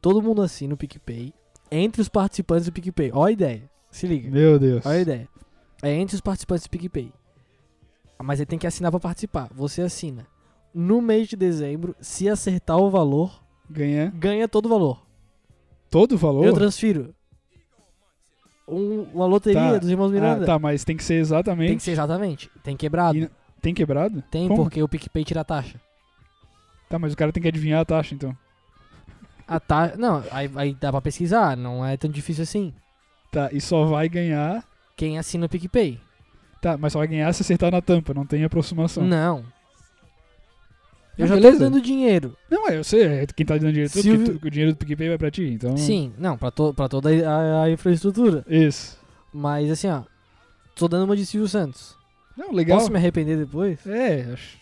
Todo mundo assina o PicPay. Entre os participantes do PicPay. Ó a ideia. Se liga. meu Deus. Olha a ideia. Ah, É entre os participantes do PicPay. Mas ele tem que assinar pra participar. Você assina no mês de dezembro, se acertar o valor, Ganha ganha todo o valor. todo o valor? Eu transfiro. Um- uma loteria Tá. dos irmãos Miranda. Ah, tá, mas tem que ser exatamente. Tem que ser exatamente. Tem quebrado. E- Tem quebrado? Tem, Como? porque o PicPay tira a taxa. Tá, mas o cara tem que adivinhar a taxa, então. A taxa. Não, aí, aí dá pra pesquisar, não é tão difícil assim. Tá, e só vai ganhar. Quem assina o PicPay? Tá, mas só vai ganhar se acertar na tampa, não tem aproximação. Não. Eu Ah, já beleza. tô dando dinheiro. Não, é, eu sei, é quem tá dando dinheiro, tu, porque Silvio- tu- o dinheiro do PicPay vai pra ti, então. Sim, não, pra, to, pra toda a, a infraestrutura. Isso. Mas assim, ó. Tô dando uma de Silvio Santos. Não, legal. Posso me arrepender depois? É, acho.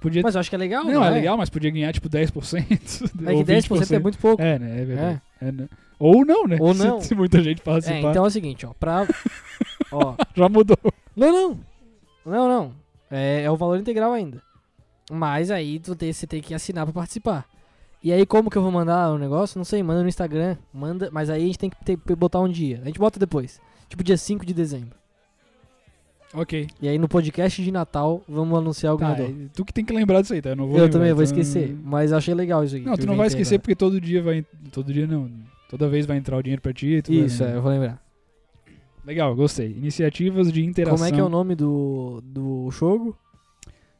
Podia. Mas eu acho que é legal, não, é legal, mas podia ganhar tipo *laughs* 10%. É ou que 10% é 20%. muito pouco. É, né? É verdade. É, né? Ou não, né? Ou *laughs* Se- não. Se, muita gente É, participar, então é o seguinte, ó. Pra. *laughs* ó. já mudou. Não, não. Não, não. É, é o valor integral ainda. Mas aí tu tem, você tem que assinar pra participar. E aí como que eu vou mandar o negócio? Não sei, manda no Instagram. Manda, mas aí a gente tem que ter- botar um dia. A gente bota depois. Tipo dia 5 de dezembro. Ok. tá, E aí no podcast de Natal vamos anunciar o ganhador. tu que tem que lembrar disso aí, tá? Eu, não vou eu lembrar, também vou então- esquecer, mas eu achei legal isso aqui. Não, que tu eu não vai inventei esquecer agora. porque todo dia vai. Todo dia não. Toda vez vai entrar o dinheiro pra ti. e tu vai Isso, é, lembrar. eu vou lembrar. Legal, gostei. Iniciativas de interação. Como é que é o nome do, do jogo?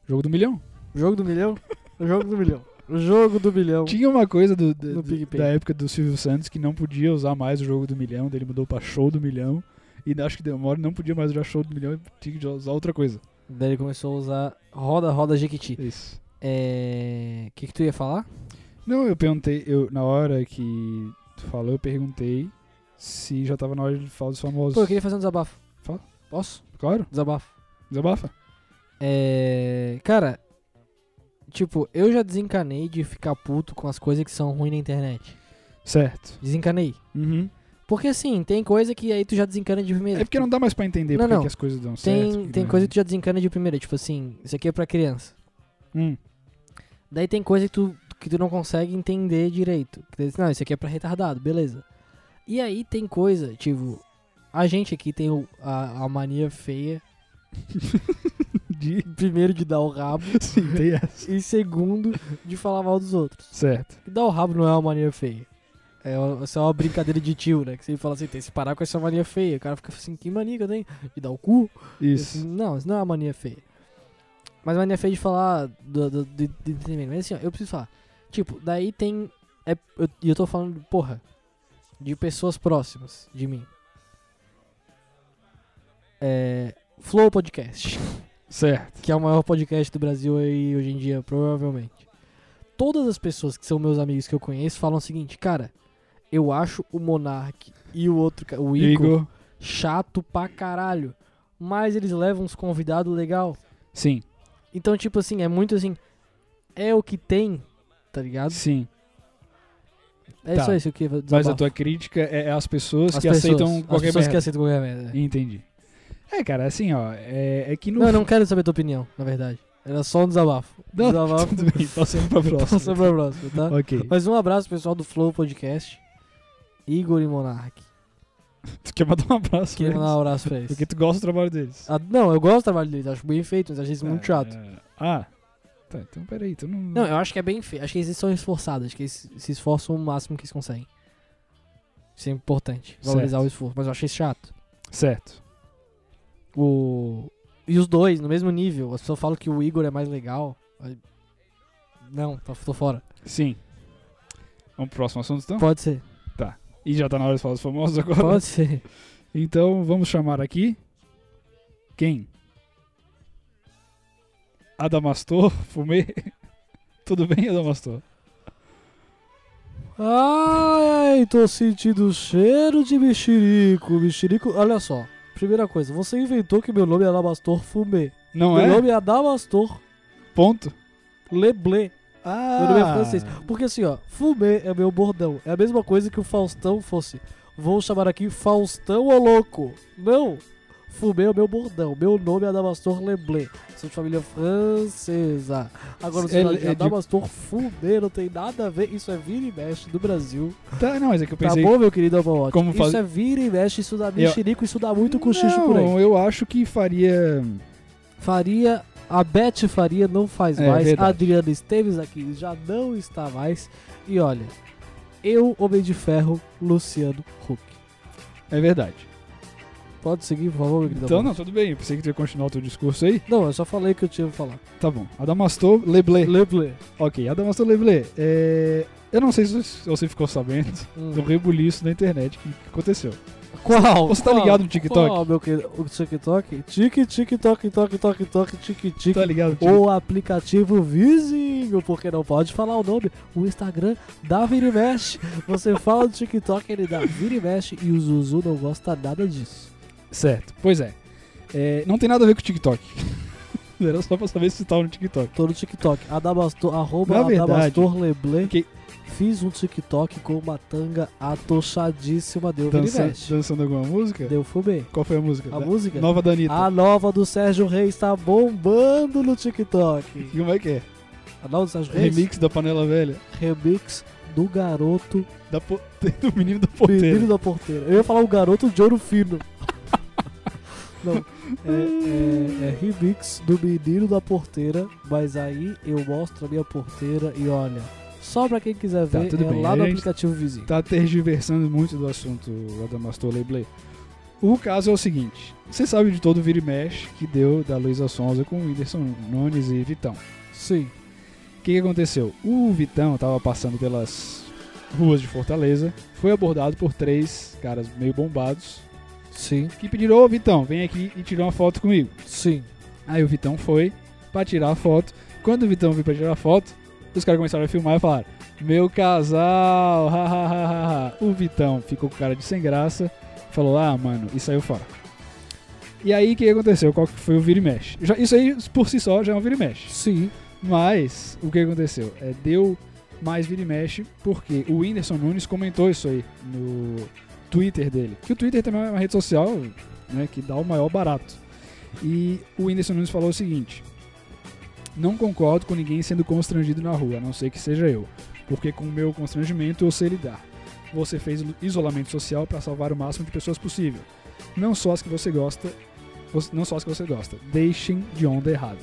Jogo do milhão. Jogo do *laughs* milhão? O jogo do milhão. O jogo do milhão. Tinha uma coisa do- do- No do- PicPay. da época do Silvio Santos que não podia usar mais o jogo do milhão, daí ele mudou pra show do milhão. E acho que deu uma hora, não podia mais usar show do milhão, tinha que usar outra coisa. Daí ele começou a usar roda, roda, jequiti. Isso. É... O que que tu ia falar? Não, eu perguntei, eu, na hora que tu falou, eu perguntei se já tava na hora de falar dos famosos. Pô, eu queria fazer um desabafo. Fala. Posso? Claro, Desabafo. desabafa. É... Cara, tipo, eu já desencanei de ficar puto com as coisas que são ruins na internet. Certo. Desencanei. Porque assim, tem coisa que aí tu já desencana de primeira. Uhum. É porque não dá mais pra entender Não, porque não. que as coisas dão Tem, certo. né? porque tem não- coisa que tu já desencana de primeira. Tipo assim, isso aqui é pra criança. *laughs* Hum, Daí tem coisa que tu, que tu não consegue entender direito. Que tu diz, Não, isso aqui é pra retardado, beleza. E aí tem coisa, tipo, a gente aqui tem o- a, a mania feia, de- primeiro, de dar o rabo, Sim, tem essa. e segundo, de falar mal dos outros. Certo. E dar o rabo não é uma mania feia. É uma- só uma brincadeira de tio, né? Que você fala assim, tem que se parar com essa mania feia. O cara fica assim, que mania que eu tenho? De dar o cu? Esse- Isso. Não, isso não é uma mania feia. Mas é mania feia de falar do, do, do- do entretenimento. Mas assim, ó, eu preciso falar. Tipo, daí tem. é- eu- E eu, tô falando, porra, de pessoas próximas de mim. É. Flow Podcast, *laughs* Certo. que é o maior podcast do Brasil aí hoje em dia, provavelmente. Todas as pessoas que são meus amigos que eu conheço falam o seguinte, cara, eu acho o Monark e o outro, ca- o Igor, Igor. chato pra caralho. Mas eles levam uns convidados legal. Sim. Então, tipo assim, é muito assim. É o que tem, tá ligado? Sim. É Tá. só isso que eu queria Mas desabafo. a tua crítica é, é as pessoas As que pessoas, aceitam As qualquer pessoas que merda. aceitam qualquer merda. Entendi. É, cara, assim, ó. É, é que no. Não, eu não quero saber tua opinião, na verdade. Era só um desabafo. *laughs* Não, desabafo. tudo bem, *laughs* passando *laughs* pra próxima. Passa pra próxima, tá? Ok. Mas um abraço, pessoal do Flow Podcast. Igor e Monark. Tu quer mandar um abraço pra Queria eles? mandar um abraço pra eles. Porque tu gosta do trabalho deles. Ah, não, eu gosto do trabalho deles, acho bem feito, mas acho isso muito É, chato. é. Ah. Tá, então peraí, tu não. Não, eu acho que é bem feio. Acho que eles são esforçados. Acho que eles se esforçam o máximo que eles conseguem. Isso é importante. Valorizar Certo. o esforço. Mas eu achei chato. Certo. O... E os dois, no mesmo nível. As pessoas falam que o Igor é mais legal. Aí- Não, tô, tô fora. Sim. Vamos pro próximo assunto então? Pode *laughs* ser. E já tá na hora de falar dos famosos agora. Pode ser. Então vamos chamar aqui. Quem? Adamastor? Fumê? *laughs* Tudo bem, Adamastor? Ai, tô sentindo cheiro de mexerico. Mexerico, olha só. Primeira coisa, você inventou que meu nome é Adamastor Fumê. Não meu é? nome é Adamastor Ponto. Leblé. Ah! Meu nome é francês. Porque assim, ó, fumê é meu bordão. É a mesma coisa que o Faustão fosse. Vou chamar aqui Faustão ô louco. Não! Fumê é o meu bordão. Meu nome é Adamastor Leblé. Sou de família francesa. Agora você Ele- fala de é de- Adamastor Fumê, não tem nada a ver. Isso é vira e mexe do Brasil. Tá, não, mas é que eu pensei. Tá bom, meu querido Abaote? Como isso faz- é vira e mexe, isso dá Eu- mexerico, isso dá muito cochicho não, por aí. eu acho que faria. Faria A Beth Faria não faz É, mais. verdade. A Adriana Esteves aqui já não está mais. E olha, eu, Homem de Ferro, Luciano Huck. É verdade. Pode seguir, por tá favor, Gridão? Então não, tudo bem. Eu pensei que tu ia continuar o teu discurso aí. Não, eu só falei o que eu tinha pra falar. Tá bom. Adamastor Leblé. Leblé. Ok, Adamastor Leblé. É... Eu não sei se você ficou sabendo Hum. do rebuliço na internet que que aconteceu. Qual? Você tá Qual? ligado no TikTok? Qual, meu querido? O TikTok? Tic, tic, toc, toc, toc, toc, tic, tic. Tá ligado? Tio? O aplicativo vizinho, porque não pode falar o nome. O Instagram dá vira e mexe. Você fala do TikTok, ele dá vira e mexe. E o Zuzu não gosta nada disso. Certo. Pois é. É, Não tem nada a ver com o TikTok. *laughs* Era só pra saber se tu tava no TikTok. Tô no TikTok. Adamastor, arroba Na verdade, Adamastor Leblé. que- Fiz um TikTok com uma tanga atochadíssima. Deu vira e Dança... mexe. Dançando alguma música? Deu fumê. Qual foi a música? A Da- música? Ah, Nova da Anitta. A nova do Sérgio Reis tá bombando no TikTok. E Como é que é? A nova do Sérgio Reis? Remix da Panela Velha. Remix do garoto Da po- *laughs* Do menino da porteira. menino da porteira. Eu ia falar o garoto de ouro *laughs* fino. Não, é, é- é remix do menino da porteira, mas aí eu mostro a minha porteira e olha, só pra quem quiser Tá, ver, tudo é bem. lá Aí no a gente aplicativo vizinho. tá tergiversando muito do assunto Adamastor Leblay. O caso é o seguinte: você sabe de todo o vira e mexe que deu da Luísa Sonza com o Whindersson Nunes e Vitão. Sim. O que, que aconteceu? O Vitão tava passando pelas ruas de Fortaleza, foi abordado por três caras meio bombados Sim, que pediram: Ô Vitão, vem aqui e tira uma foto comigo. sim. Aí o Vitão foi pra tirar a foto. Quando o Vitão veio pra tirar a foto, os caras começaram a filmar e falaram: Meu casal, ha, ha, ha, ha, ha." O Vitão ficou com cara de sem graça, falou: Ah, mano, e saiu fora. E aí o que aconteceu? Qual que foi o vira e mexe? Já- isso aí por si só já é um vira e mexe. Sim. Mas o que aconteceu? É, deu mais vira e mexe porque o Whindersson Nunes comentou isso aí no Twitter dele. Que o Twitter também é uma rede social né, que dá o maior barato. E o Whindersson Nunes falou o seguinte: Não concordo com ninguém sendo constrangido na rua, a não ser que seja eu. Porque com o meu constrangimento eu sei lidar. Você fez isolamento social para salvar o máximo de pessoas possível. Não só as que você gosta, não só as que você gosta. Deixem de onda errada.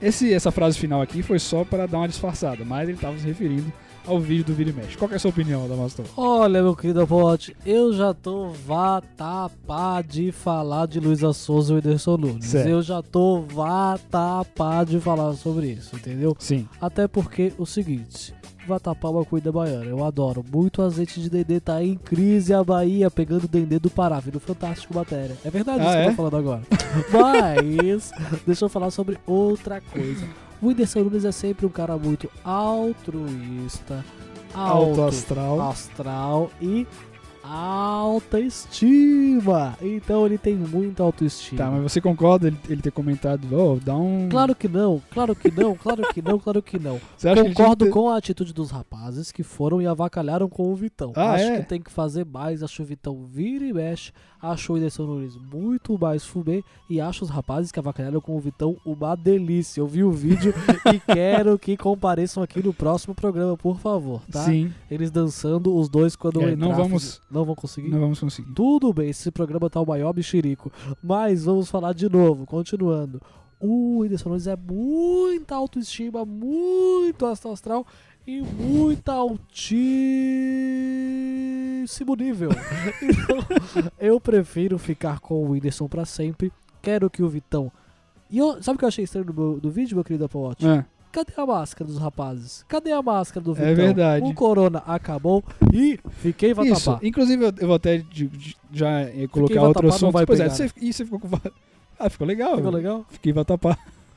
Esse, essa frase final aqui foi só para dar uma disfarçada, mas ele tava se referindo ao vídeo do Vira e Mexe. Qual que é a sua opinião, Damastor? Olha, meu querido Apote, eu já tô vatapá de falar de Luísa Souza e Whindersson Nunes. Certo. Eu já tô vatapá de falar sobre isso, entendeu? Sim. Até porque o seguinte, vatapá é uma cuida baiana, eu adoro. Muito azeite de dendê tá em crise a Bahia, pegando dendê do Pará, vindo fantástico matéria. É verdade Ah, isso que eu é? tô falando agora. *laughs* Mas, deixa eu falar sobre outra coisa. O Whindersson Nunes é sempre um cara muito altruísta, Ah, Alto alto astral. astral e autoestima. Então ele tem muita autoestima. Tá, mas você concorda ele, ele ter comentado, ó, dá um. Claro que não, claro que não, claro que não, claro que não. Você acha que ele Concordo tinha que com a atitude dos rapazes que foram e avacalharam com o Vitão. Ah, acho é? que tem que fazer mais, acho o Vitão vira e mexe, acho o Whindersson Nunes muito mais fumê e acho os rapazes que avacalharam com o Vitão uma delícia. Eu vi o *laughs* vídeo e quero que compareçam aqui no próximo programa, por favor, ter- tá? Sim, Eles dançando, os dois quando É, eu não entrar, vamos- Não vão conseguir? não vamos conseguir. Tudo bem, esse programa tá o maior mexerico. Mas vamos falar de novo, continuando. O Whindersson Nunes é muita autoestima, muito astro astral e muito altíssimo *laughs* nível. Então, eu prefiro ficar com o Whindersson pra sempre. Quero que o Vitão. E eu, sabe o que eu achei estranho do, meu- do vídeo, meu querido Apple Watch? Ah, É Cadê a máscara dos rapazes? Cadê a máscara do Vitão? verdade. O corona acabou e fiquei vatapá. isso. Inclusive, eu, eu vou até de- de- já eh, Fiquei colocar outro vatapá, não assunto. vai pois é, pegar, né? você, e você ficou com. va- *laughs* Ah, ficou legal. Ficou legal? Fiquei vatapá. *laughs*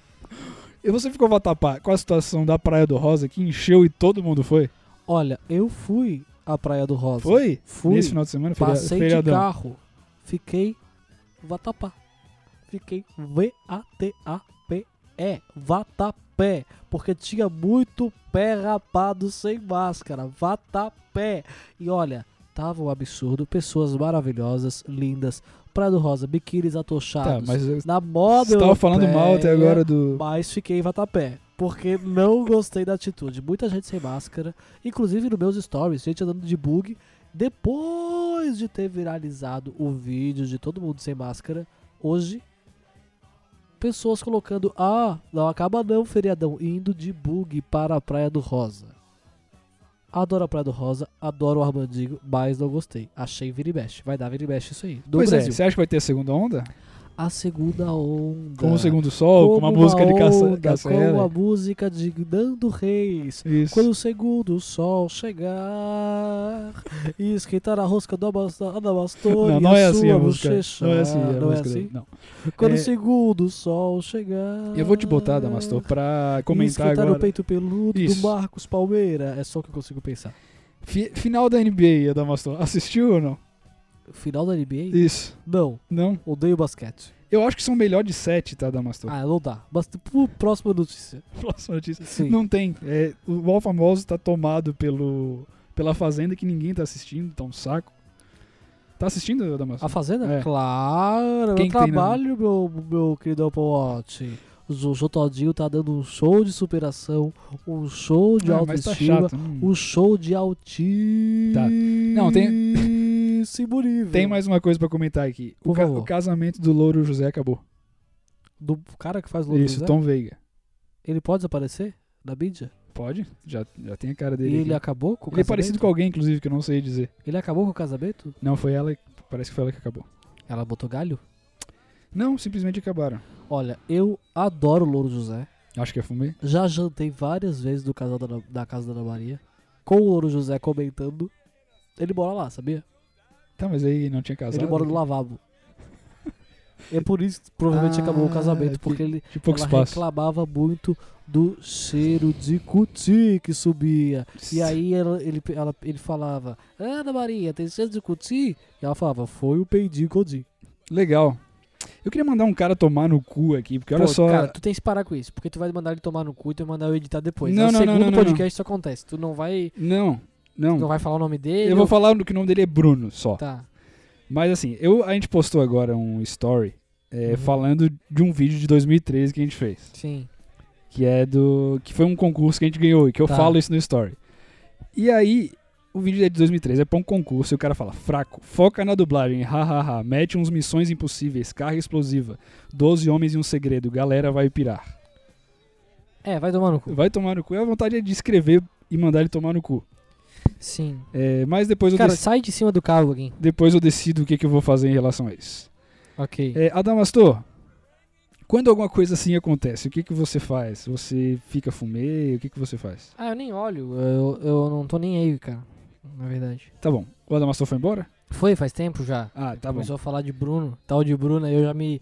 E você ficou vatapá com a situação da Praia do Rosa que encheu e todo mundo foi? Olha, eu fui à Praia do Rosa. Foi? Fui. Nesse final de semana, feria- Passei de feriadão. carro. Fiquei vatapá. Fiquei V-A-T-A-P-E. Vatapé. Porque tinha muito pé rapado sem máscara. Vatapé. E olha, tava um absurdo. Pessoas maravilhosas, lindas. Praia do Rosa, biquínis Tá, atochados. mas eu Na moda você tava falando mal até europeia, agora do. mas fiquei em vatapé. Porque não gostei da atitude. Muita gente sem máscara. Inclusive nos meus stories, gente andando de bug. Depois de ter viralizado o vídeo de todo mundo sem máscara, hoje. pessoas colocando Ah, não acaba não, feriadão, e indo de bug para a Praia do Rosa. Adoro a Praia do Rosa, adoro o Armandigo, mas não gostei. Achei vira e mexe. Vai dar vira e mexe isso aí. Do pois é, Brasil. você acha que vai ter a segunda onda? A segunda onda. Com o segundo sol, com É. Como uma música de caça, né? onda, caça é, Com a música de Nando Reis. Isso. Quando o segundo sol chegar e esquentar a rosca do Abastor, Não, Adamastor não e é a assim sua a música. bochecha. Não é assim a Não é música dele, assim? Não. Quando É. o segundo sol chegar... Eu vou te botar, Damastor, pra e comentar esquentar o agora. peito peludo Isso. do Marcos Palmeira. É só o que eu consigo pensar. Fi- Final da NBA, Damastor. Assistiu ou não? Final da NBA? Isso. Não, Não? odeio basquete. Eu acho que são melhor de sete, tá, Damastor? Ah, não dá. Mas, tipo, próxima notícia. *laughs* Próxima notícia. Sim. Não tem. É, o Wall Famoso tá tomado pelo, pela Fazenda que ninguém tá assistindo, tá um saco. Tá assistindo, Damastor? A Fazenda? É. Claro, Quem meu que tem, né? trabalho, meu, meu querido Apple Watch. O Jojo Todinho tá dando um show de superação, um show de Ah, mas tá autoestima, chato. Hum. um show de altíssimo Não, tem, nível. tem mais uma coisa pra comentar aqui. O, Por ca- favor. o casamento do Louro José acabou. Do cara que faz Louro Isso, José? Tom Veiga. Ele pode desaparecer na mídia? Pode? Já, já tem a cara E dele. ele aqui. acabou com o Ele é casamento? parecido com alguém, inclusive, que eu não sei dizer. Ele acabou com o casamento? Não, foi ela. Parece que foi ela que acabou. Ela botou galho? Não, simplesmente acabaram. Olha, eu adoro o Louro José. Acho que é fumê. Já jantei várias vezes do casal da, Ana- da casa da Ana Maria, com o Louro José comentando. Ele mora lá, sabia? Tá, mas aí não tinha casado. ele mora no lavabo. é por isso que provavelmente Ah, acabou o casamento, que- porque ele Tinha pouco ela espaço. reclamava muito do cheiro de cuti que subia. E aí ela- ele, ela- ele falava, "Ah, Ana Maria, tem cheiro de cuti? E ela falava, foi o peidinho codi. Legal. Eu queria mandar um cara tomar no cu aqui, porque olha Pô, só. Cara, tu tem que parar com isso, porque tu vai mandar ele tomar no cu e tu vai mandar eu editar depois. Não, no não, não, segundo não, não, podcast isso acontece. Tu não vai. Não, não. Não vai falar o nome dele. eu vou falar no- que o nome dele é Bruno só. Tá. Mas assim, eu, a gente postou agora um story é, Uhum. falando de um vídeo de 2013 que a gente fez. Sim. Que é do. Que foi um concurso que a gente ganhou e que eu Tá. falo isso no story. E aí, o vídeo é de 2013, é pra um concurso e o cara fala: fraco, foca na dublagem, hahaha, mete uns missões impossíveis, carga explosiva, 12 homens e um segredo, galera vai pirar. É, vai tomar no cu. Vai tomar no cu, é a vontade é de escrever e mandar ele tomar no cu. Sim. É, mas depois eu, Cara, dec- sai de cima do carro, alguém. depois eu decido o que, que eu vou fazer em relação a isso. Ok. É, Adamastor, quando alguma coisa assim acontece, o que, que você faz? Você fica fumê? O que, que você faz? Ah, eu nem olho. Eu, eu não tô nem aí, cara. Na verdade. Tá bom. O Adamastor foi embora? Foi faz tempo já. Ah, tá bom. Começou a falar de Bruno. Tal de Bruno, aí eu já me.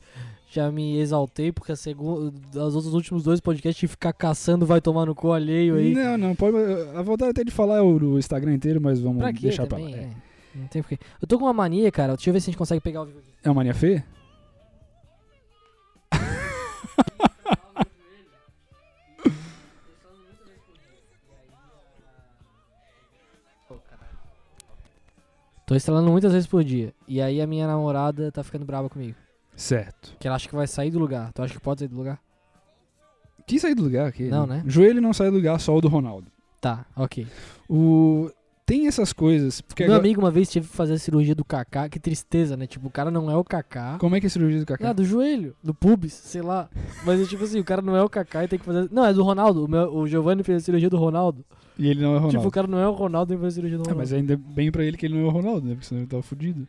Já me exaltei, porque a segun- as outros últimos dois podcasts de ficar caçando vai tomar no cu alheio aí. Não, não, pode. A vontade até de falar é o, o Instagram inteiro, mas vamos pra quê deixar também? pra lá. É, é. Não tem porquê. Eu tô com uma mania, cara. Deixa eu ver se a gente consegue pegar o vivo aqui. é uma mania feia? Tô instalando muitas vezes por dia. E aí a minha namorada tá ficando brava comigo. Certo. Que ela acha que vai sair do lugar. Tu acha que pode sair do lugar? Quem sai do lugar aqui? Não, né? Joelho não sai do lugar, só o do Ronaldo. Tá, ok. O. Tem essas coisas. Porque Meu agora- amigo uma vez tive que fazer a cirurgia do Kaká, que tristeza, né? Tipo, o cara não é o Kaká. Como é que é a cirurgia do Ah, Kaká? do joelho, do pubis, sei lá. Mas é tipo assim, o cara não é o Kaká e tem que fazer. Não, é do Ronaldo. O, meu- o Giovanni fez a cirurgia do Ronaldo. E ele não é o Ronaldo. Tipo, o cara não é o Ronaldo e fez a cirurgia do Ah, Ronaldo. mas ainda bem pra ele que ele não é o Ronaldo, né? Porque senão ele tava fudido.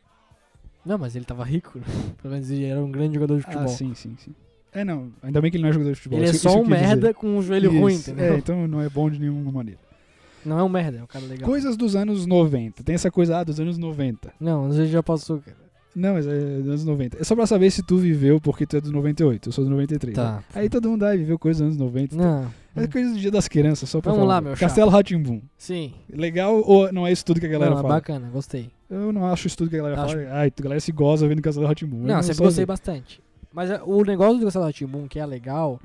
Não, mas ele tava rico, né? Pelo menos ele era um grande jogador de futebol. Ah, sim, sim, sim. É, não. Ainda bem que ele não é jogador de futebol. Ele é isso- só isso eu um quis dizer. merda com um joelho ruim, Isso. entendeu? É, então não é bom de nenhuma maneira. Não é um merda, é um cara legal. Coisas dos anos 90. Tem essa coisa ah, dos anos 90. Não, às vezes já passou, cara. Não, mas é dos anos 90. É só pra saber se tu viveu, porque tu é dos 98. Eu sou do 93. Tá. né? Aí todo mundo aí viveu coisas dos anos 90. Não. É coisa do dia das crianças, só pra Vamos falar. lá, meu Castelo Ratimbum. Sim. Legal ou não é isso tudo que a galera Não, é fala? bacana, gostei. Eu não acho isso tudo que a galera Acho- fala. Ai, a galera se goza vendo Castelo Ratimbum. Não, sempre gostei bastante. Mas é, o negócio do Castelo Timum que é legal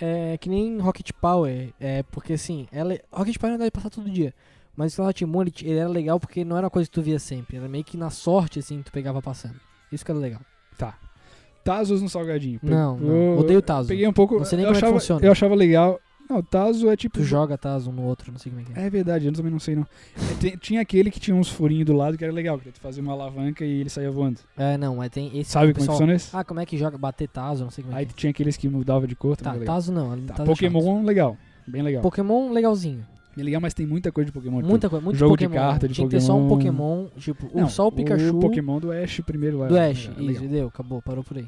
é que nem Rocket Power. É porque assim, ela, Rocket Power não deve passar todo dia. Mas o Castelo Timum ele, ele era legal porque não era uma coisa que tu via sempre. Era meio que na sorte, assim, tu pegava passando. Isso que era legal. Tazos no Salgadinho. Pe- Não, não. Eu- Odeio Tazo. Peguei um pouco. Não sei nem eu como é que achava, funciona. Eu achava legal Não, o Tazo é tipo. Tu joga Tazo um no outro, não sei como é que é. É verdade, eu também não sei não. É, tem- tinha aquele que tinha uns furinhos do lado que era legal, que tu fazia uma alavanca e ele saía voando. É, não, mas tem esse. Sabe o como é que pessoal- funciona esse? Ah, como é que joga? Bater Tazo, não sei como é Aí que é. tinha aqueles que mudava de cor também. Tá, era legal. Tazo não. Tá, Tazo é chato. Pokémon, legal. Bem legal. Pokémon legalzinho. Bem legal, mas tem muita coisa de Pokémon. tipo, Muita coisa, muito jogo de Pokémon. carta, de Tinha que ter só um Pokémon. Pokémon, tipo, o- Não, só o Pikachu O Pokémon do Ash primeiro lá. do Ash. É, Isso, legal. deu, acabou, parou por aí.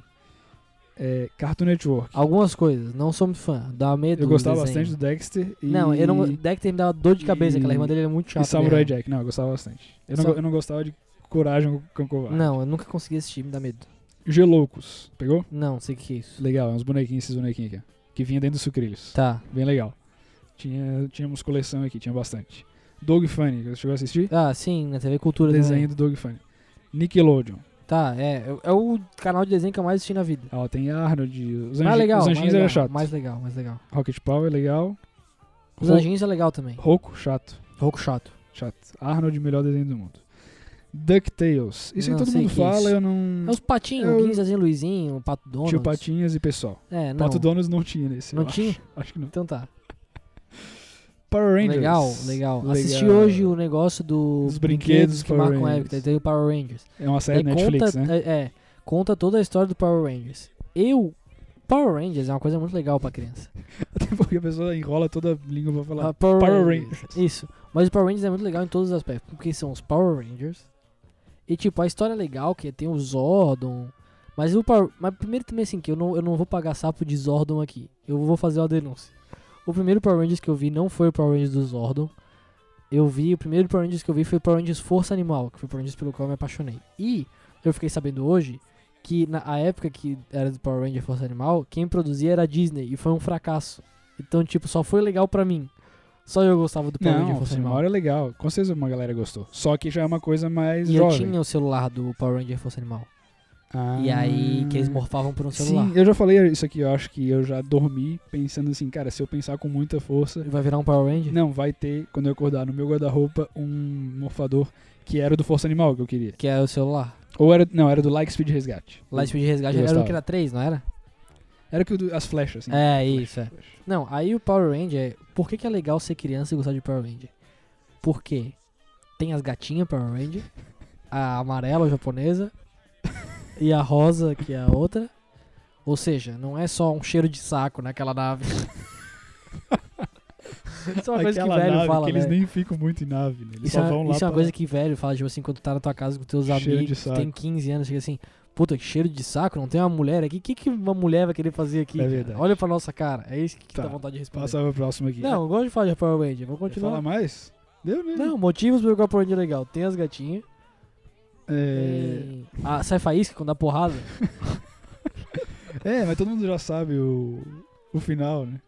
É, Cartoon Network. Algumas coisas, não sou muito fã. Dá medo Eu gostava desenho. bastante do Dexter e. Não, eu não. Dexter me dava dor de cabeça, e- aquela irmã dele era muito chata. E Samurai né? Jack. Não, eu gostava bastante. Eu não, Sa- go- eu não gostava de Coragem com Covarde. Não, eu nunca consegui assistir, me dá medo. Geloucos. Pegou? Não, sei o que que é isso. Legal, é uns bonequinhos, esses bonequinhos aqui. ó, Que vinha dentro dos sucrilhos. Tá. Bem legal. Tinha, tínhamos coleção aqui, tinha bastante. Dog Funny, você chegou a assistir? Ah, sim, na TV Cultura Desenho desenho. do Dog Funny. Nickelodeon. Tá, é. eu- É o canal de desenho que eu mais assisti na vida. Ó, tem Arnold. mais Os, anji- Ah, legal, os mais anjinhos legal, era chato. Mais legal, mais legal. Rocket Power, é legal. Os Ro- anjinhos é legal também. Roku, chato. Roku chato. Chato. Arnold, melhor desenho do mundo. DuckTales. Isso Não aí todo sei mundo que é isso. fala, eu não. É os patinhos, Eu- eu... Luizinho, o Pato Donald. Tio Patinhas e pessoal. É, não. Pato Donos não tinha nesse. Não eu tinha? Acho. Acho que não. Então tá. Power Rangers. Legal, legal, Assisti hoje o negócio do Dos brinquedos que Power marcam Rangers. época. Tem o Power Rangers. É uma série Ele Netflix, conta, né? é, é, conta toda a história do Power Rangers. Eu. Power Rangers é uma coisa muito legal pra criança. é- Até *laughs* porque a pessoa enrola toda a língua pra falar. Ah, Power, Power Rangers. Isso. Mas o Power Rangers é muito legal em todos os aspectos. Porque são os Power Rangers. E tipo, a história é legal, que tem o Zordon. Mas o Power. Mas primeiro também assim, que eu não, eu não vou pagar sapo de Zordon aqui. Eu vou fazer uma denúncia. O primeiro Power Rangers que eu vi não foi o Power Rangers do Zordon. Eu vi, o primeiro Power Rangers que eu vi foi o Power Rangers Força Animal, que foi o Power Rangers pelo qual eu me apaixonei. E eu fiquei sabendo hoje que na a época que era do Power Ranger Força Animal, quem produzia era a Disney e foi um fracasso. Então, tipo, só foi legal pra mim. Só eu gostava do Power Ranger Não, Força na Animal. hora é legal. Com certeza uma galera gostou. Só que já é uma coisa mais E eu jovem. tinha o celular do Power Ranger Força Animal. Ah. E aí que eles morfavam por um celular. Sim, eu já falei isso aqui, eu acho que eu já dormi pensando assim, cara, se eu pensar com muita força, Vai virar um Power Ranger? não vai ter, quando eu acordar no meu guarda-roupa, um morfador que era o do Força Animal que eu queria. Que é o celular. Ou era, não, era do Like Speed Resgate. Lightspeed Resgate eu era o gostava. que era 3, não era? Era que o do- as flechas, assim. É, isso, é. Flecha. Não, aí o Power Ranger, por que, que é legal ser criança e gostar de Power Ranger? Porque tem as gatinhas Power Ranger, a amarela japonesa e a rosa, que é a outra. Ou seja, não é só um cheiro de saco naquela nave. isso é uma coisa que Aquela velho nave, fala, que eles né? nem ficam muito em nave, né? Eles Isso, só é, vão lá isso é uma pra- coisa que velho fala, tipo assim, quando tu tá na tua casa com teus Cheiro de amigos, tu tem saco. 15 anos, chega assim, puta, que cheiro de saco, não tem uma mulher aqui, o que, que uma mulher vai querer fazer aqui? É cara? verdade. Olha pra nossa cara, é isso que Tá, dá vontade de responder. Passa pra próxima aqui. Não, eu gosto de falar de Power Ranger, vou Quer falar continuar. mais? Deu, né? Não, motivos pro Power Ranger é legal. Tem as gatinhas. É... Tem... Ah, sai faísca quando dá porrada. é, mas todo mundo já sabe o, o final, né?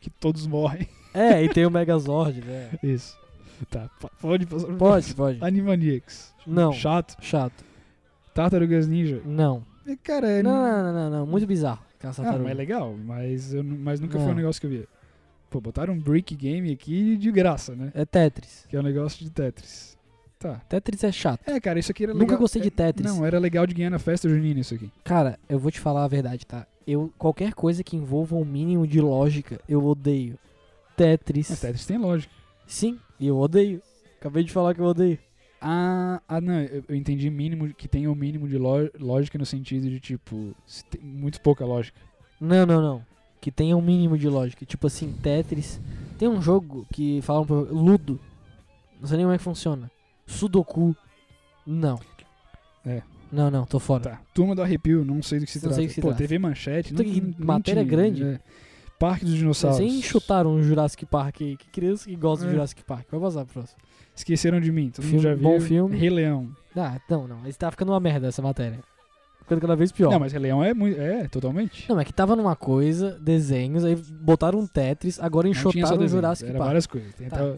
Que todos *laughs* morrem. é, e tem o Megazord, né? Isso. Tá, p- pode passar pra Pode, pode. Animaniacs. Não. Chato. Chato. Tartarugas Ninja. Não. É, Cara, é. Não, não, não, não, não. Muito bizarro. Aquela Ah, mas tartaruga. é legal, mas, eu, nu- mas nunca foi Não. um negócio que eu via. Pô, botaram um Brick Game aqui de graça, né? É Tetris. Que é um negócio de Tetris. Tá. Tetris é chato. É, cara, isso aqui era Nunca legal. gostei de é- Tetris. Não, é. era legal de ganhar na festa junina isso aqui. Cara, eu vou te falar a verdade, tá? Eu, qualquer coisa que envolva um mínimo de lógica, eu odeio. Tetris. Mas É Tetris tem lógica. Sim, e eu odeio. Acabei de falar que eu odeio. Ah, ah não, eu, eu entendi mínimo que tem o mínimo de lo- lógica no sentido de, tipo, se tem muito pouca lógica. Não, não, não. Que tenha um mínimo de lógica. Tipo assim, Tetris. Tem um jogo que falam pra Ludo. Não sei nem como é que funciona. Sudoku. Não. É. Não, não, tô fora. Tá. Turma do Arrepio, não sei do que se Não trata. sei do que se Pô, trata. TV Manchete. Puta não- que não- não matéria tinha, grande. é. Parque dos Vocês Dinossauros. nem chutaram um Jurassic Park aí. Que criança que gosta É. de Jurassic Park. Vai passar pro próximo. Esqueceram de mim. Todo mundo Filme- já viu. bom filme. Rei Leão. Ah, não, não. Mas tá ficando uma merda essa matéria. Ficando cada vez pior. Não, mas Rei Leão é muito. É, totalmente. Não, é que tava numa coisa, desenhos, aí botaram um Tetris, agora Não tinha só enxotaram o desenho, Jurassic Era Park. várias coisas. Tem Tá. até-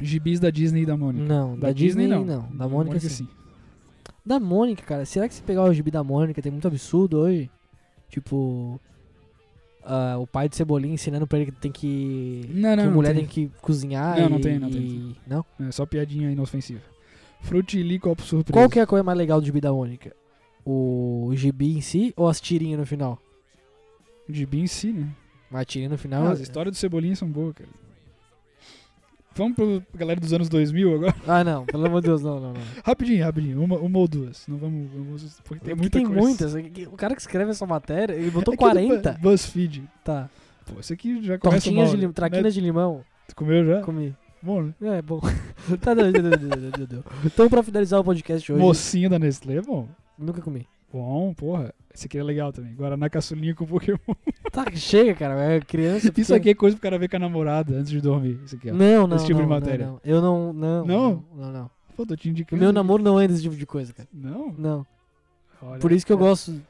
Gibis da Disney e da Mônica. Não, Hum, da, Disney, não. Da Mônica, sim. Da Mônica, cara, será que se pegar o gibi da Mônica tem muito absurdo hoje? Tipo. ah, o pai de Cebolinha ensinando pra ele que tem que. Não, que não, a não mulher tem. tem que cozinhar. Não, e, não tem, não tem. e- Não? É só piadinha inofensiva. Frutili copo surpresa. Qual que é a coisa mais legal do gibi da Mônica? O gibi em si ou as tirinhas no final? Gibi em si, né? Mas tirinha no final. é- Não, as histórias do Cebolinha são boas, cara. Vamos pra galera dos anos 2000 agora? *laughs* Ah, não, pelo amor de Deus, não, não, não. Rapidinho, rapidinho. Uma, uma ou duas. Não vamos... vamos porque *laughs* tem Porque muita tem coisa. *laughs* É muitas. O cara que escreve essa matéria, ele botou Aqui do 40. Bu- BuzzFeed. Tá. Pô, esse aqui já começa É. Tortinhas mal, de né? limão, traquinas de limão. Tu comeu já? Comi. Bom, né? É, bom. *laughs* tá, deu, deu, deu, deu, deu, deu. Então, pra finalizar o podcast hoje, Mocinho da Nestlé é bom. nunca comi. Bom, porra. Esse aqui é legal também. Guaraná caçulinha com Pokémon. Tá, chega, cara. É criança. *laughs* Isso pequena. aqui é coisa pro cara ver com a namorada antes de dormir. Isso aqui, ó. Não, não. esse tipo de não, não, matéria. não. Eu não. Não? Não? Não, não. não. Pô, tô te O indicando. meu namoro não é desse tipo de coisa, cara. Não? Não. Olha, Por isso que eu gosto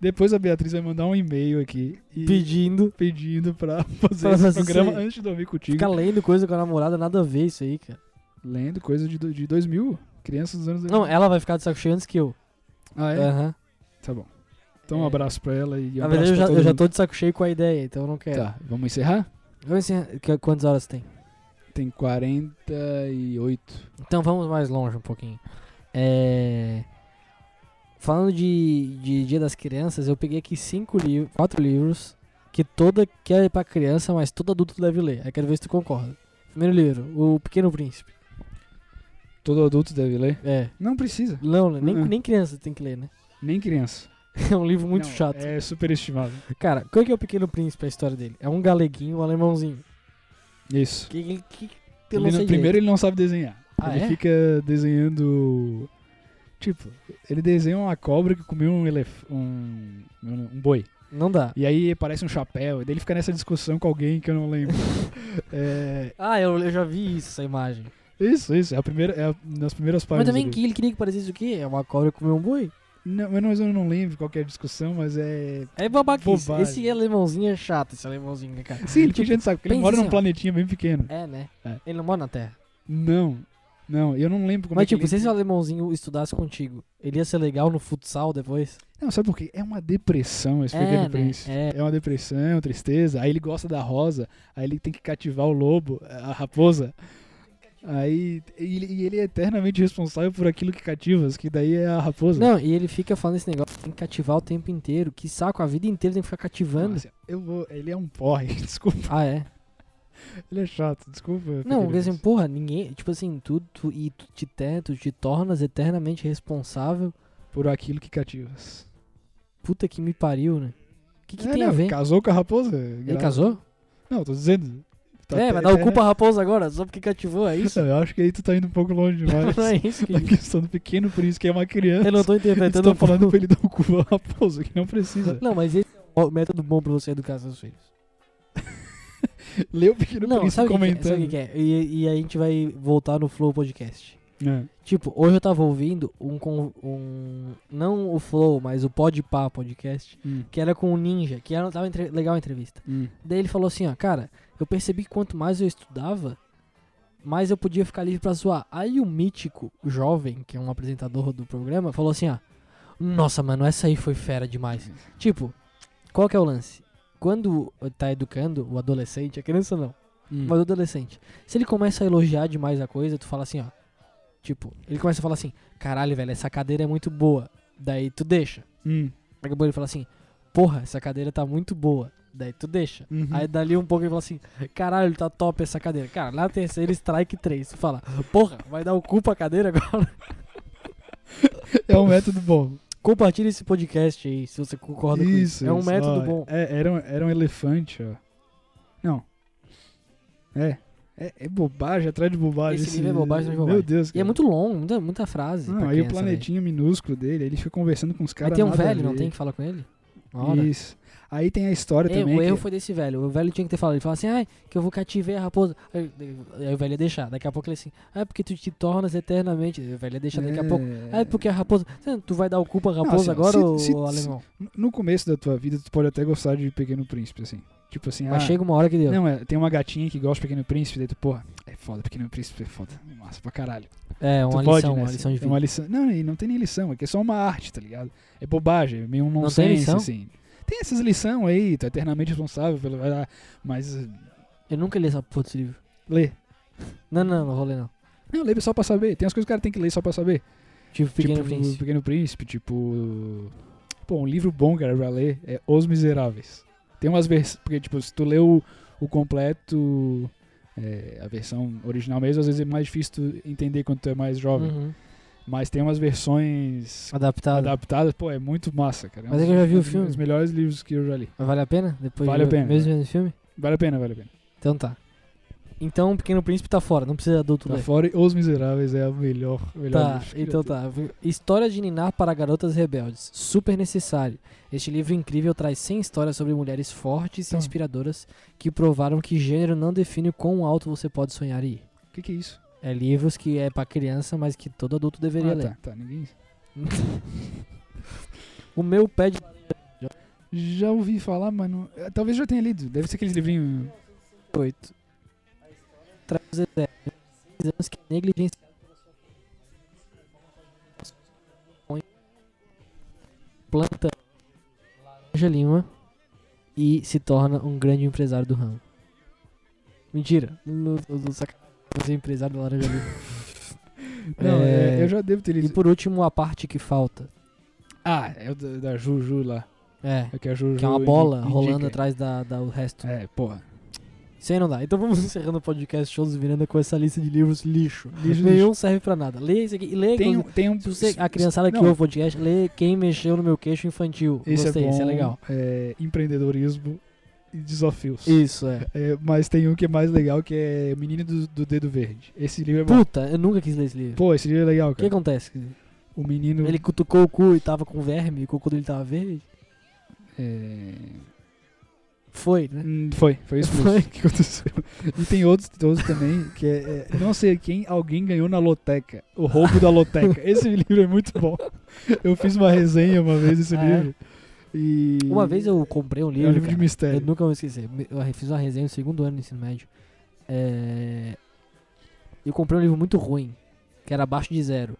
Depois a Beatriz vai mandar um e-mail aqui e- pedindo. pedindo pra *laughs* fazer Pra esse fazer isso programa aí. antes de dormir contigo. Ficar lendo coisa com a namorada, nada a ver isso aí, cara. Lendo coisa de, do- de 2000. Crianças dos anos 2000. Não, ela vai ficar de saco cheio antes que eu. Ah, é? Aham. Tá bom. Então um É. abraço pra ela e um Na abraço verdade, eu já, pra todo eu já mundo. tô de saco cheio com a ideia, então eu não quero. Tá, vamos encerrar? Vamos encerrar. Qu- Quantas horas tem? Tem 48. Então vamos mais longe um pouquinho. É... Falando de, de Dia das Crianças, eu peguei aqui cinco livros, quatro livros que toda que é pra criança, mas todo adulto deve ler. Aí quero ver se tu concorda. Primeiro livro, O Pequeno Príncipe. Todo adulto deve ler? É. Não precisa. Não, né? nem, Uhum. nem criança tem que ler, né? *laughs* Nem criança. É um livro muito Não, chato. É superestimado. Cara, qual que é o Pequeno Príncipe, a história dele? É um galeguinho, um alemãozinho. Isso. Que, que, que- eu Ele não não- sei primeiro ele não sabe desenhar. Ah, ele é? fica desenhando. Tipo, ele desenha uma cobra que comeu um elef... um... um boi. direito. Não dá. E aí parece um chapéu. E daí ele fica nessa discussão com alguém que eu não lembro. é... Ah, eu, eu já vi isso, essa imagem. Isso, isso. É, a primeira, é a- nas primeiras Mas páginas. também ali. que ele queria que parecesse o quê? É uma cobra comer um boi? Não, eu não- mas eu não lembro qual que é a discussão, mas é. É babaquice. Bobagem. Esse alemãozinho é chato, esse alemãozinho, né, *laughs* cara? Sim, ele tinha Tipo, gente sabe, porque ele pensa mora assim, num ó. planetinha bem pequeno. É, né? É. Ele não mora na Terra. Não, não, eu não lembro como é Mas, que tipo, ele- se esse alemãozinho estudasse contigo, ele ia ser legal no futsal depois? Não, sabe por quê? É uma depressão esse É, pequeno né? príncipe. É. uma depressão, tristeza. Aí ele gosta da rosa, aí ele tem que cativar o lobo, a raposa. Aí e ele, e ele é eternamente responsável por aquilo que cativas, que daí é a raposa. Não, e ele fica falando esse negócio, tem que cativar o tempo inteiro. Que saco, a vida inteira tem que ficar cativando. Nossa, eu vou, ele é um porre, *laughs* desculpa. Ah, é? Ele é chato, desculpa. Não, pequeno porque assim, príncipe. porra, ninguém. Tipo assim, tu, tu, e tu, te, te, tu te tornas eternamente responsável. por aquilo que cativas. Puta que me pariu, né? O que, que É, tem a não, ver? Casou com a raposa? Ele casou? Não, tô dizendo. Tá é, até- vai dar o é, cu pra raposa agora, só porque cativou, é isso? *laughs* *laughs* Não, eu acho que aí tu tá indo um pouco longe demais. Não é isso que. Na questão do pequeno príncipe, que é uma criança. Eu não tô Eles interpretando estão um pouco. falando pra ele dar o cu à raposa, que não precisa. Não, mas esse é um método bom pra você educar seus filhos. Lê o pequeno Não, príncipe sabe o que, que é? Sabe o comentando. que que é? E, e a gente vai voltar no Flow Podcast. É. Tipo, hoje eu tava ouvindo um, con- um não o Flow, mas o Podpah Podcast, Hum, que era com o Ninja, que era, tava entre- legal a entrevista. hum. Daí ele falou assim, ó, cara, eu percebi que quanto mais eu estudava, mais eu podia ficar livre pra zoar. Aí o mítico jovem, que é um apresentador do programa, falou assim, ó, nossa, mano, essa aí foi fera demais. Tipo, qual que é o lance? Quando tá educando o adolescente, a criança não, Hum. mas o adolescente, se ele começa a elogiar demais a coisa, tu fala assim, ó, tipo, ele começa a falar assim, caralho, velho, essa cadeira é muito boa. Daí tu deixa. Hum, Daqui a pouco ele fala assim, porra, essa cadeira tá muito boa. Daí tu deixa. uhum. Aí dali um pouco ele fala assim, caralho, tá top essa cadeira. Cara, na terceira strike 3, tu fala, porra, vai dar o cu pra cadeira agora? *laughs* É um método bom. Compartilha esse podcast aí, se você concorda com isso. Isso, É um isso, método ó. bom. É, era, um, era um elefante, ó. Não. É. É, é bobagem, atrás de bobagem. Esse livro é bobagem atrás de Meu bobagem. Deus, E cara. é muito longo, muita, muita frase. Não, pra aí o criança, planetinho minúsculo dele, ele fica conversando com os velho. caras. Mas tem um nada a velho, não ver. tem que falar com ele? Na hora. Isso. Aí tem a história É, também. o erro que... foi desse velho. O velho tinha que ter falado. Ele fala assim, ai, que eu vou cativar a raposa. Aí, aí o velho ia deixar. Daqui a pouco ele assim, ai, porque tu te tornas eternamente. O velho ia deixar daqui a pouco. É. Ai, porque a raposa. Tu vai dar o cu pra assim, raposa ó, agora, se- ou se- alemão? No começo da tua vida, tu pode até gostar de Pequeno Príncipe, assim. Tipo assim, Mas ah, chega uma hora que deu. Não, é, tem uma gatinha que gosta de Pequeno Príncipe, daí tu, porra, é foda, Pequeno Príncipe é foda. Massa pra caralho. É, Tu uma pode, lição, né, uma assim, lição de é vida. uma lição. Não, e não tem nem lição, é que é só uma arte, tá ligado? É bobagem, é meio um nonsense, lição? assim. Tem essas lições aí, tu é eternamente responsável pelo. ah, Mas. eh, Eu nunca li essa porra desse livro. Lê. Não, não, não vou ler não. Não, lê só pra saber. Tem as coisas que o cara tem que ler só pra saber. Tipo, Pequeno tipo, Príncipe. Pequeno Príncipe, tipo. Pô, um livro bom, cara, pra ler é Os Miseráveis. Tem umas versões. Porque, tipo, se tu lê o, o completo, é, a versão original mesmo, às vezes é mais difícil tu entender quando tu é mais jovem. Uhum. Mas tem umas versões Adaptado. adaptadas, pô, é muito massa, cara. Mas um é que eu já vi dos- o filme. Um dos melhores livros que eu já li. Mas Vale a pena? Depois Vale a de- pena, né? Mesmo vendo o filme? Vale a pena, vale a pena. Então tá. Então, Pequeno Príncipe tá fora, não precisa adulto Tá ler. fora, e Os Miseráveis é o melhor, melhor Tá, livro. que então eu tenho. tá. História de Ninar para Garotas Rebeldes. Super necessário. Este livro incrível traz 100 histórias sobre mulheres fortes e Então. inspiradoras que provaram que gênero não define o quão alto você pode sonhar e ir. O que, que é isso? É livros que é pra criança, mas que todo adulto deveria Ah, ler. tá, tá, ninguém. *laughs* O meu pé de Já ouvi falar, mas não. eh, Talvez já tenha lido. Deve ser *laughs* aqueles livrinhos. 8 traz os exércitos anos que é negligenciado pela sua Põe- planta laranja lima e se torna um grande empresário do ramo. Mentira, no, no, no sacanagem, você é empresário da laranja lima. *laughs* Não, É, é, eu já devo ter E lido. por último, a parte que falta. Ah, é o da, da Juju lá. É, É que a Juju. que é uma bola indi- rolando indica. atrás da, da- do resto. É, porra. Isso aí não dá. Então vamos *laughs* encerrando o podcast Shows do Miranda com essa lista de livros lixo. Lixo, Nenhum lixo. serve pra nada. Lê isso aqui. E lê Tem, quando- um- tem um. Se você, a criançada que Não, ouve o podcast, lê Quem Mexeu no Meu Queixo Infantil. Esse Gostei, é bom. esse é legal. é, empreendedorismo e desafios. Isso, é. É, mas tem um que é mais legal que é Menino do, do Dedo Verde. Esse livro é bom. Puta, eu nunca quis ler esse livro. Pô, esse livro é legal, O que cara. acontece? O menino. Ele cutucou o cu e tava com verme, e o cu dele tava verde? é, Foi, né? Hum, Foi, foi isso *laughs* Foi. mesmo que aconteceu. E tem outros, tem outros também, que é, é, Não sei quem, alguém ganhou na loteca. O roubo *laughs* da loteca. Esse livro é muito bom. Eu fiz uma resenha uma vez desse Ah, é? livro. E. Uma vez eu comprei um É um livro. livro de cara, eu mistério. nunca vou esquecer. Eu fiz uma resenha no segundo ano do ensino médio. É... Eu comprei um livro muito ruim, que era abaixo de zero.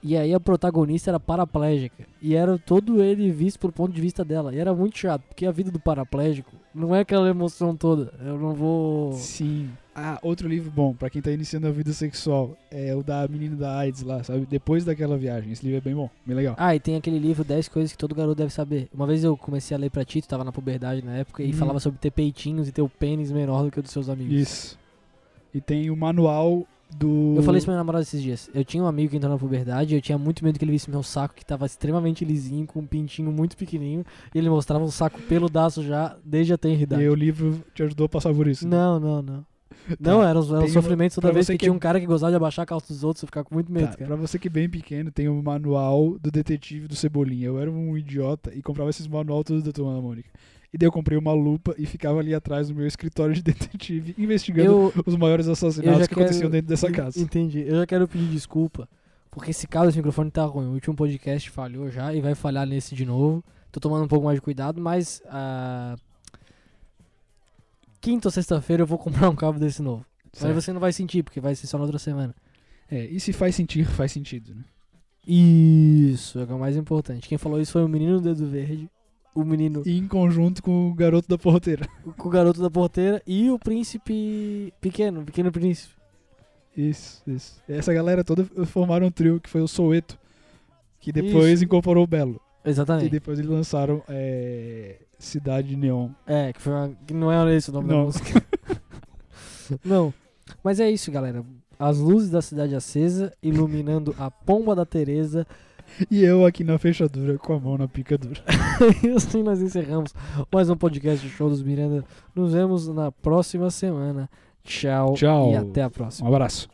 E aí a protagonista era paraplégica. E era todo ele visto pelo ponto de vista dela. E era muito chato, porque a vida do paraplégico não é aquela emoção toda. Eu não vou. Sim. Ah, outro livro bom, pra quem tá iniciando a vida sexual, é o da menina da AIDS lá, sabe? Depois daquela viagem. Esse livro é bem bom, bem legal. Ah, e tem aquele livro 10 coisas que todo garoto deve saber. Uma vez eu comecei a ler pra Tito, tava na puberdade na época, e Hum. falava sobre ter peitinhos e ter o pênis menor do que o dos seus amigos. Isso. E tem o manual do. Eu falei isso pra minha namorada esses dias. Eu tinha um amigo que entrou na puberdade, eu tinha muito medo que ele visse meu saco, que tava extremamente lisinho, com um pintinho muito pequenininho, e ele mostrava um saco peludaço já desde a tenridade. E o livro te ajudou a passar por isso. Não, é não, não. Não, era um, era um tem sofrimento uma- toda pra vez você que, que tinha é- um cara que gostava de abaixar a calça dos outros, eu ficava com muito medo, Tá, cara. pra você que é bem pequeno, tem o manual do detetive do Cebolinha. Eu era um idiota e comprava esses manual todos da turma da Mônica. E daí eu comprei uma lupa e ficava ali atrás do meu escritório de *laughs* detetive investigando Eu, os maiores eu já assassinatos que aconteciam quero- dentro dessa casa. Entendi. Eu já quero pedir desculpa, porque esse cabo desse microfone tá ruim. O último podcast falhou já e vai falhar nesse de novo. Tô tomando um pouco mais de cuidado, mas. ah, Quinta ou sexta-feira eu vou comprar um cabo desse novo. Certo. Mas você não vai sentir, porque vai ser só na outra semana. É, e se faz sentir, faz sentido, né? Isso, é o que é o mais importante. Quem falou isso foi o menino do dedo verde, o menino E em conjunto com o garoto da porteira. *laughs* com o garoto da porteira e o príncipe pequeno, o pequeno príncipe. Isso, isso. Essa galera toda formaram um trio que foi o Soweto, que depois Isso. incorporou o Belo. E Exatamente. depois eles lançaram é, Cidade Neon. É, que, foi uma- que não é esse o nome da Não. música. *laughs* não. Mas é isso, galera. As luzes da cidade acesa iluminando a pomba da Teresa. E eu aqui na fechadura com a mão na picadura. *laughs* E assim nós encerramos mais um podcast do Show dos Miranda. Nos vemos na próxima semana. Tchau. Tchau. E até a próxima. Um abraço.